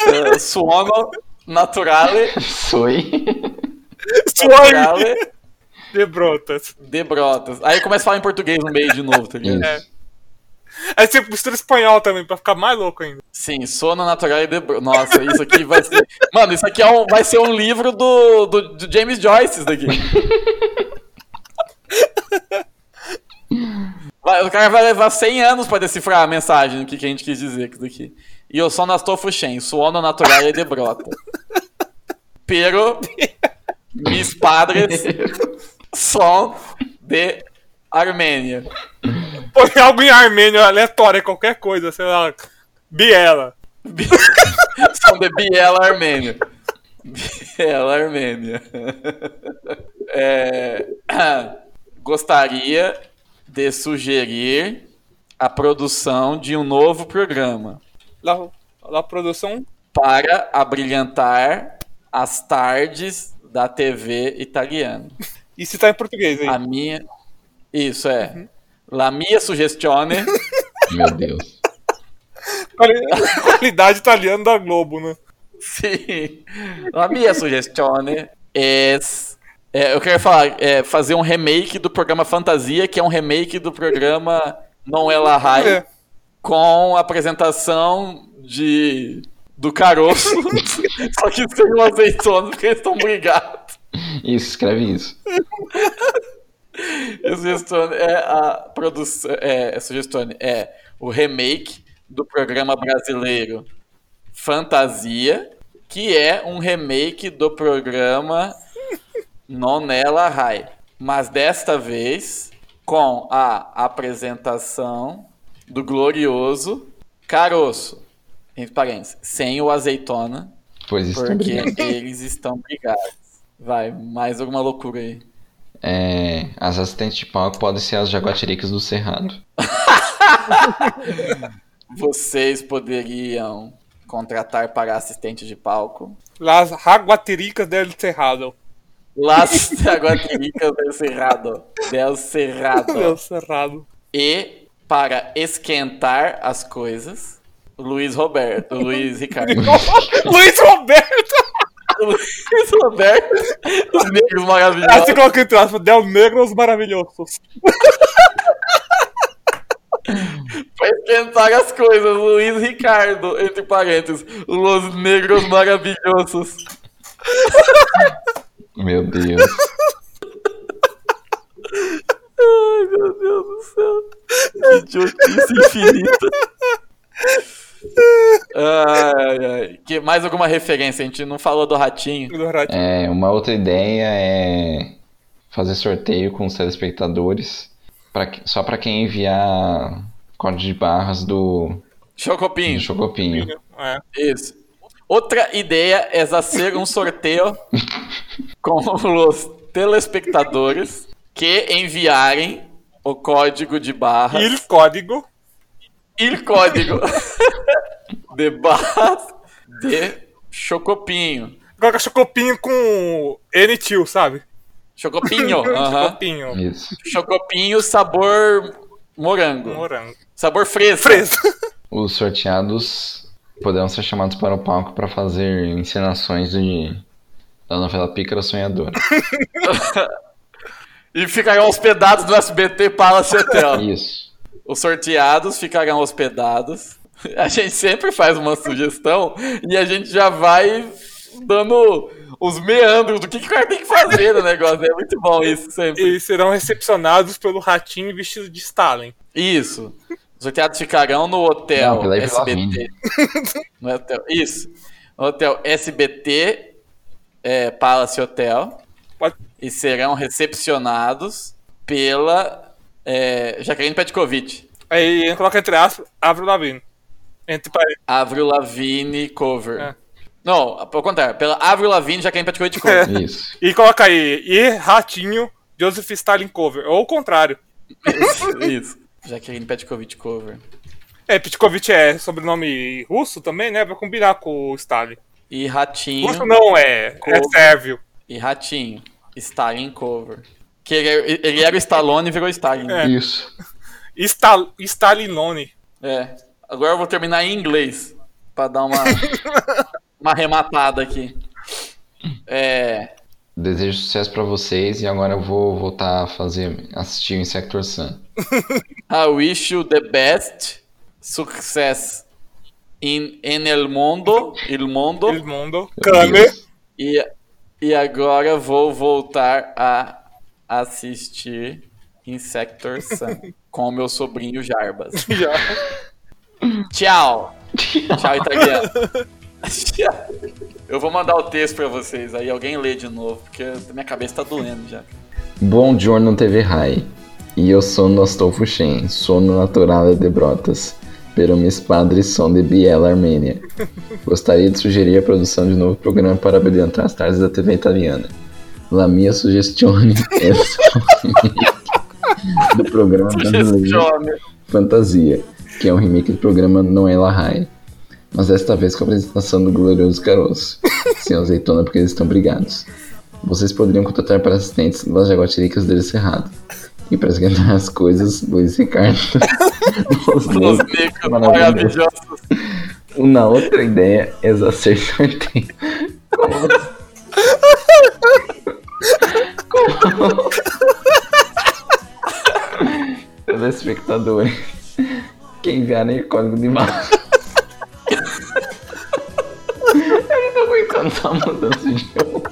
S1: Eh, Suono naturale,
S2: Soy.
S3: Suave
S1: naturale
S3: de brotas.
S1: é de brotas. Aí começa a falar em português no meio de novo, tá ligado?
S2: Isso.
S3: Aí você mistura espanhol também, pra ficar mais louco ainda.
S1: Sim, sono natural e de... Nossa, isso aqui vai ser. Mano, isso aqui é um... vai ser um livro do, do, do James Joyce, isso daqui. Vai, o cara vai levar 100 anos pra decifrar a mensagem, o que, que a gente quis dizer com isso daqui. E eu sou Nastolfo Shen, suono natural e de brota. Pero, mis padres son de Armênia.
S3: Põe algo em armênio, aleatório, qualquer coisa, sei lá. Biela.
S1: São de Biela Armênia. Biela Armênia. É, Gostaria de sugerir a produção de um novo programa
S3: Lá, lá produção.
S1: para abrilhantar as tardes da TV italiana.
S3: E se tá em português aí.
S1: A minha. Isso é. La mia suggestione.
S2: Meu Deus.
S3: Quali- Qualidade italiana da Globo, né?
S1: Sim. A minha sugestão é, é. Eu quero falar, é fazer um remake do programa Fantasia, que é um remake do programa Não é La Rai,
S3: É.
S1: com a apresentação de. do caroço. Só que sem o azeitona, porque eles estão brigados.
S2: Isso, escreve isso.
S1: E a sugestão é a produção. É, a sugestão é o remake do programa brasileiro Fantasia, que é um remake do programa Nonela Rai. Mas desta vez com a apresentação do glorioso Caroço. Entre parênteses, sem o azeitona,
S2: Pois isso
S1: porque
S2: também.
S1: eles estão brigados. Vai, mais alguma loucura aí.
S2: É, as assistentes de palco podem ser as jaguatiricas do Cerrado.
S1: Vocês poderiam Contratar para assistente de palco.
S3: Las Jaguatiricas del Cerrado.
S1: Las Jaguatiricas del Cerrado. Del Cerrado.
S3: Meu cerrado.
S1: E para esquentar as coisas, Luiz Roberto. Luiz Ricardo.
S3: Luiz Roberto!
S1: Luiz Roberto. Os negros
S3: Ah, você
S1: maravilhosos.
S3: coloca entre aspas, Del Negros Maravilhosos.
S1: Pra esquentar as coisas, Luiz Ricardo, entre parênteses. Los negros maravilhosos.
S2: Meu Deus.
S1: Ai, meu Deus do céu. Que idiotice infinita. Ai, ai. Que, mais alguma referência? A gente não falou do ratinho.
S3: Do Ratinho.
S2: É, uma outra ideia é fazer sorteio com os telespectadores pra, que- só para quem enviar código de barras do, do
S1: Chocopinho,
S2: Chocopinho.
S3: É.
S1: isso. Outra ideia é fazer um sorteio com os telespectadores que enviarem o código de barra
S3: E o código
S1: e o código de barras de Chocopinho.
S3: Coloca chocopinho com N-Tio, sabe?
S1: Chocopinho, aham.
S3: Chocopinho.
S2: Isso.
S1: Chocopinho sabor morango.
S3: Morango.
S1: Sabor fresco.
S3: Preso.
S2: Os sorteados poderão ser chamados para o palco para fazer encenações de, da novela Pícara Sonhadora.
S1: E ficarão hospedados no SBT Palace Hotel.
S2: Isso.
S1: Os sorteados ficarão hospedados. A gente sempre faz uma sugestão e a gente já vai dando os meandros do que, que o cara tem que fazer no negócio. É muito bom isso sempre.
S3: E serão recepcionados pelo ratinho vestido de Stalin.
S1: Isso. Os sorteados ficarão é um no hotel
S2: Não, pela Ivy
S1: SBT.
S2: Lavigne.
S1: No hotel. Isso. No hotel SBT é, Palace Hotel.
S3: Pode-
S1: E serão recepcionados pela é, Jaqueline Petkovic.
S3: Aí coloca entre aspas, Avril Lavigne. Entre parênteses.
S1: Avril Lavigne cover.
S3: É.
S1: Não, ao contrário. Pela Avril Lavigne Jaqueline Petkovic cover.
S2: Isso.
S3: E coloca aí, e ratinho, Joseph Stalin cover. Ou o contrário.
S1: Isso, Isso. Jaqueline Petkovic cover.
S3: É, Pitkovic é sobrenome russo também, né? Pra combinar com o Stalin.
S1: E Ratinho.
S3: Russo não, é, é
S1: Cover.
S3: sérvio.
S1: E Ratinho. Stalin cover. Que ele, era- ele era o Stallone e virou Stalin.
S3: É.
S2: Isso.
S3: Stal Stalinone.
S1: É. Agora eu vou terminar em inglês pra dar uma uma rematada aqui. É,
S2: Desejo sucesso para vocês e agora eu vou voltar a fazer assistir o Insector Sun.
S1: I wish you the best success in en el mundo, il
S3: El
S1: mundo
S2: Meu
S3: mundo. Cane.
S2: Deus.
S1: e e agora vou voltar a assistir Insector Sun com meu sobrinho Jarbas.
S3: Já.
S1: Tchau. Tchau italiano. Tchau. Eu vou mandar o texto pra vocês aí, alguém lê de novo, porque minha cabeça tá doendo já.
S2: Bom giorno TV Rai. E eu sono Astolfo Shen, sono natural de Brotas, pero mis padres são de Biela, Armênia. Gostaria de sugerir a produção de um novo programa para abrilhantar as tardes da TV italiana. La mia sugestione é somente do programa brasileiro
S1: Gestione.
S2: Fantasia, que é um remake do programa Não é La Rai, mas desta vez com a apresentação do glorioso Caroço, sem azeitona porque eles estão brigados. Vocês poderiam contratar para assistentes Las Jaguatiricas dele Cerrado. E para esquentar as coisas, Luiz Ricardo. Os
S1: Os
S2: dois.
S1: negros
S2: Maravilhoso.
S1: maravilhosos.
S2: Uma outra ideia é fazer sorteio. Como? Como? Telespectadores. Quem enviarem o código de barra. Eu não tô aguentando essa mudança de jogo.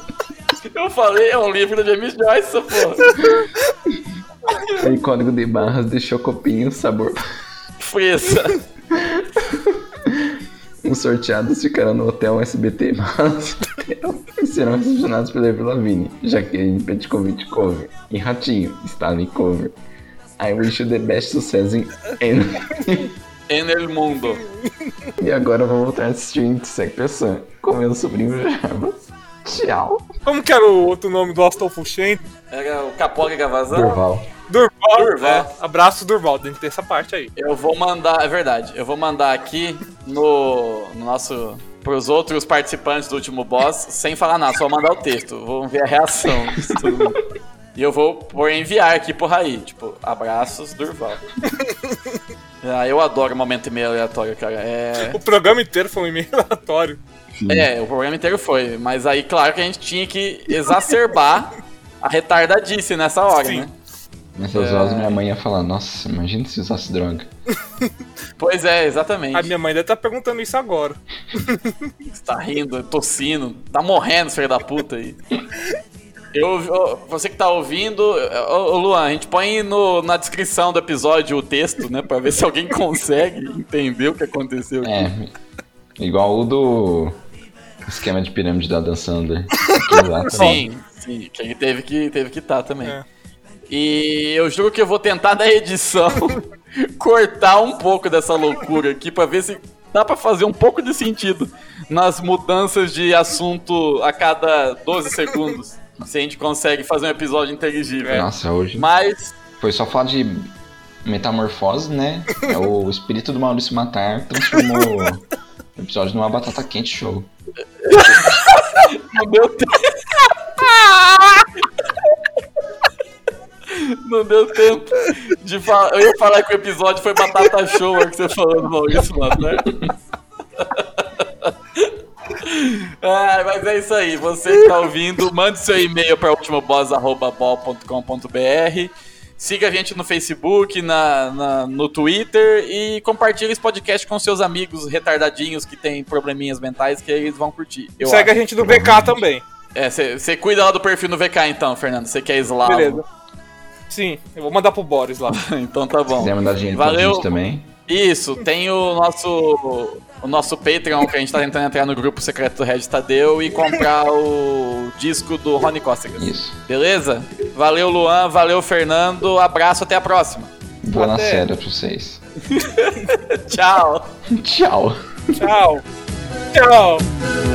S1: Eu falei, é um livro da James Joyce, pô.
S2: Aí, código de barras de chocopinho, sabor.
S1: Fresa.
S2: Os sorteados ficarão no hotel SBT Palace Hotel e serão recepcionados pela Avril Lavigne, Jaqueline Petkovic cover e Ratinho, Stanley cover. I wish you the best success in and-
S1: En el mundo.
S2: E agora eu vou voltar a assistir Intersector Sun com meu sobrinho Jarbas. Tchau.
S3: Como que era o outro nome do Astolfo Shen?
S1: Era o Capoca Gavazão?
S2: Durval.
S3: Durval.
S1: Durval.
S3: É, abraço, Durval. Tem que ter essa parte aí.
S1: Eu vou mandar, é verdade, eu vou mandar aqui no, no nosso. pros outros participantes do último boss, sem falar nada, só mandar o texto. Vamos ver a reação. disso tudo. E eu vou por enviar aqui pro Raí. Tipo, abraços, Durval. ah, eu adoro momento e meio aleatório, cara. É.
S3: O programa inteiro foi um e-mail aleatório.
S1: É, o programa inteiro foi. Mas aí, claro que a gente tinha que exacerbar a retardadice nessa hora,
S3: Sim.
S1: né?
S2: Nessas horas minha mãe ia falar, nossa, imagina se usasse droga.
S1: Pois é, exatamente.
S3: A minha mãe deve estar perguntando isso agora.
S1: Você tá rindo, tossindo, tá morrendo, filho da puta aí. Eu, eu- você que tá ouvindo, ô, ô, Luan, a gente põe no- na descrição do episódio o texto, né? Pra ver se alguém consegue entender o que aconteceu. aqui.
S2: É, igual o do esquema de pirâmide da Dan Sandler. Que lá também.
S1: Sim, sim, que ele teve que estar teve que tá também.
S3: É.
S1: E eu juro que eu vou tentar na edição cortar um pouco dessa loucura aqui pra ver se dá pra fazer um pouco de sentido nas mudanças de assunto a cada 12 segundos. Se a gente consegue fazer um episódio inteligível.
S2: Nossa, hoje
S1: Mas
S2: foi só falar de metamorfose, né? É o espírito do Maurício Matar transformou o episódio numa batata quente show.
S1: não deu tempo. Não deu tempo de falar. Eu ia falar que o episódio foi batata show é o que você falou do Maurício Matar. Ah, mas é isso aí. Você que tá ouvindo, mande seu e-mail para ultimoboss.com.br. Siga a gente no Facebook, na, na- no Twitter e compartilhe esse podcast com seus amigos retardadinhos que têm probleminhas mentais que eles vão curtir. Eu
S3: Segue a gente do BK também.
S1: é, você cuida lá do perfil no VK então, Fernando. Você que é eslavo.
S3: Beleza. Sim, eu vou mandar pro Boris lá.
S1: então tá bom.
S2: Quiser mandar dinheiro pra
S1: Valeu.
S2: gente também.
S1: Isso, tem o nosso o nosso Patreon que a gente tá tentando entrar no grupo secreto do Red Tadeu e comprar o disco do Rony Costigas.
S2: Isso.
S1: Beleza? Valeu, Luan. Valeu, Fernando. Abraço, até a próxima.
S2: Boa na
S3: Até.
S2: séria pra vocês.
S1: Tchau.
S2: Tchau.
S3: Tchau. Tchau.
S4: Dois,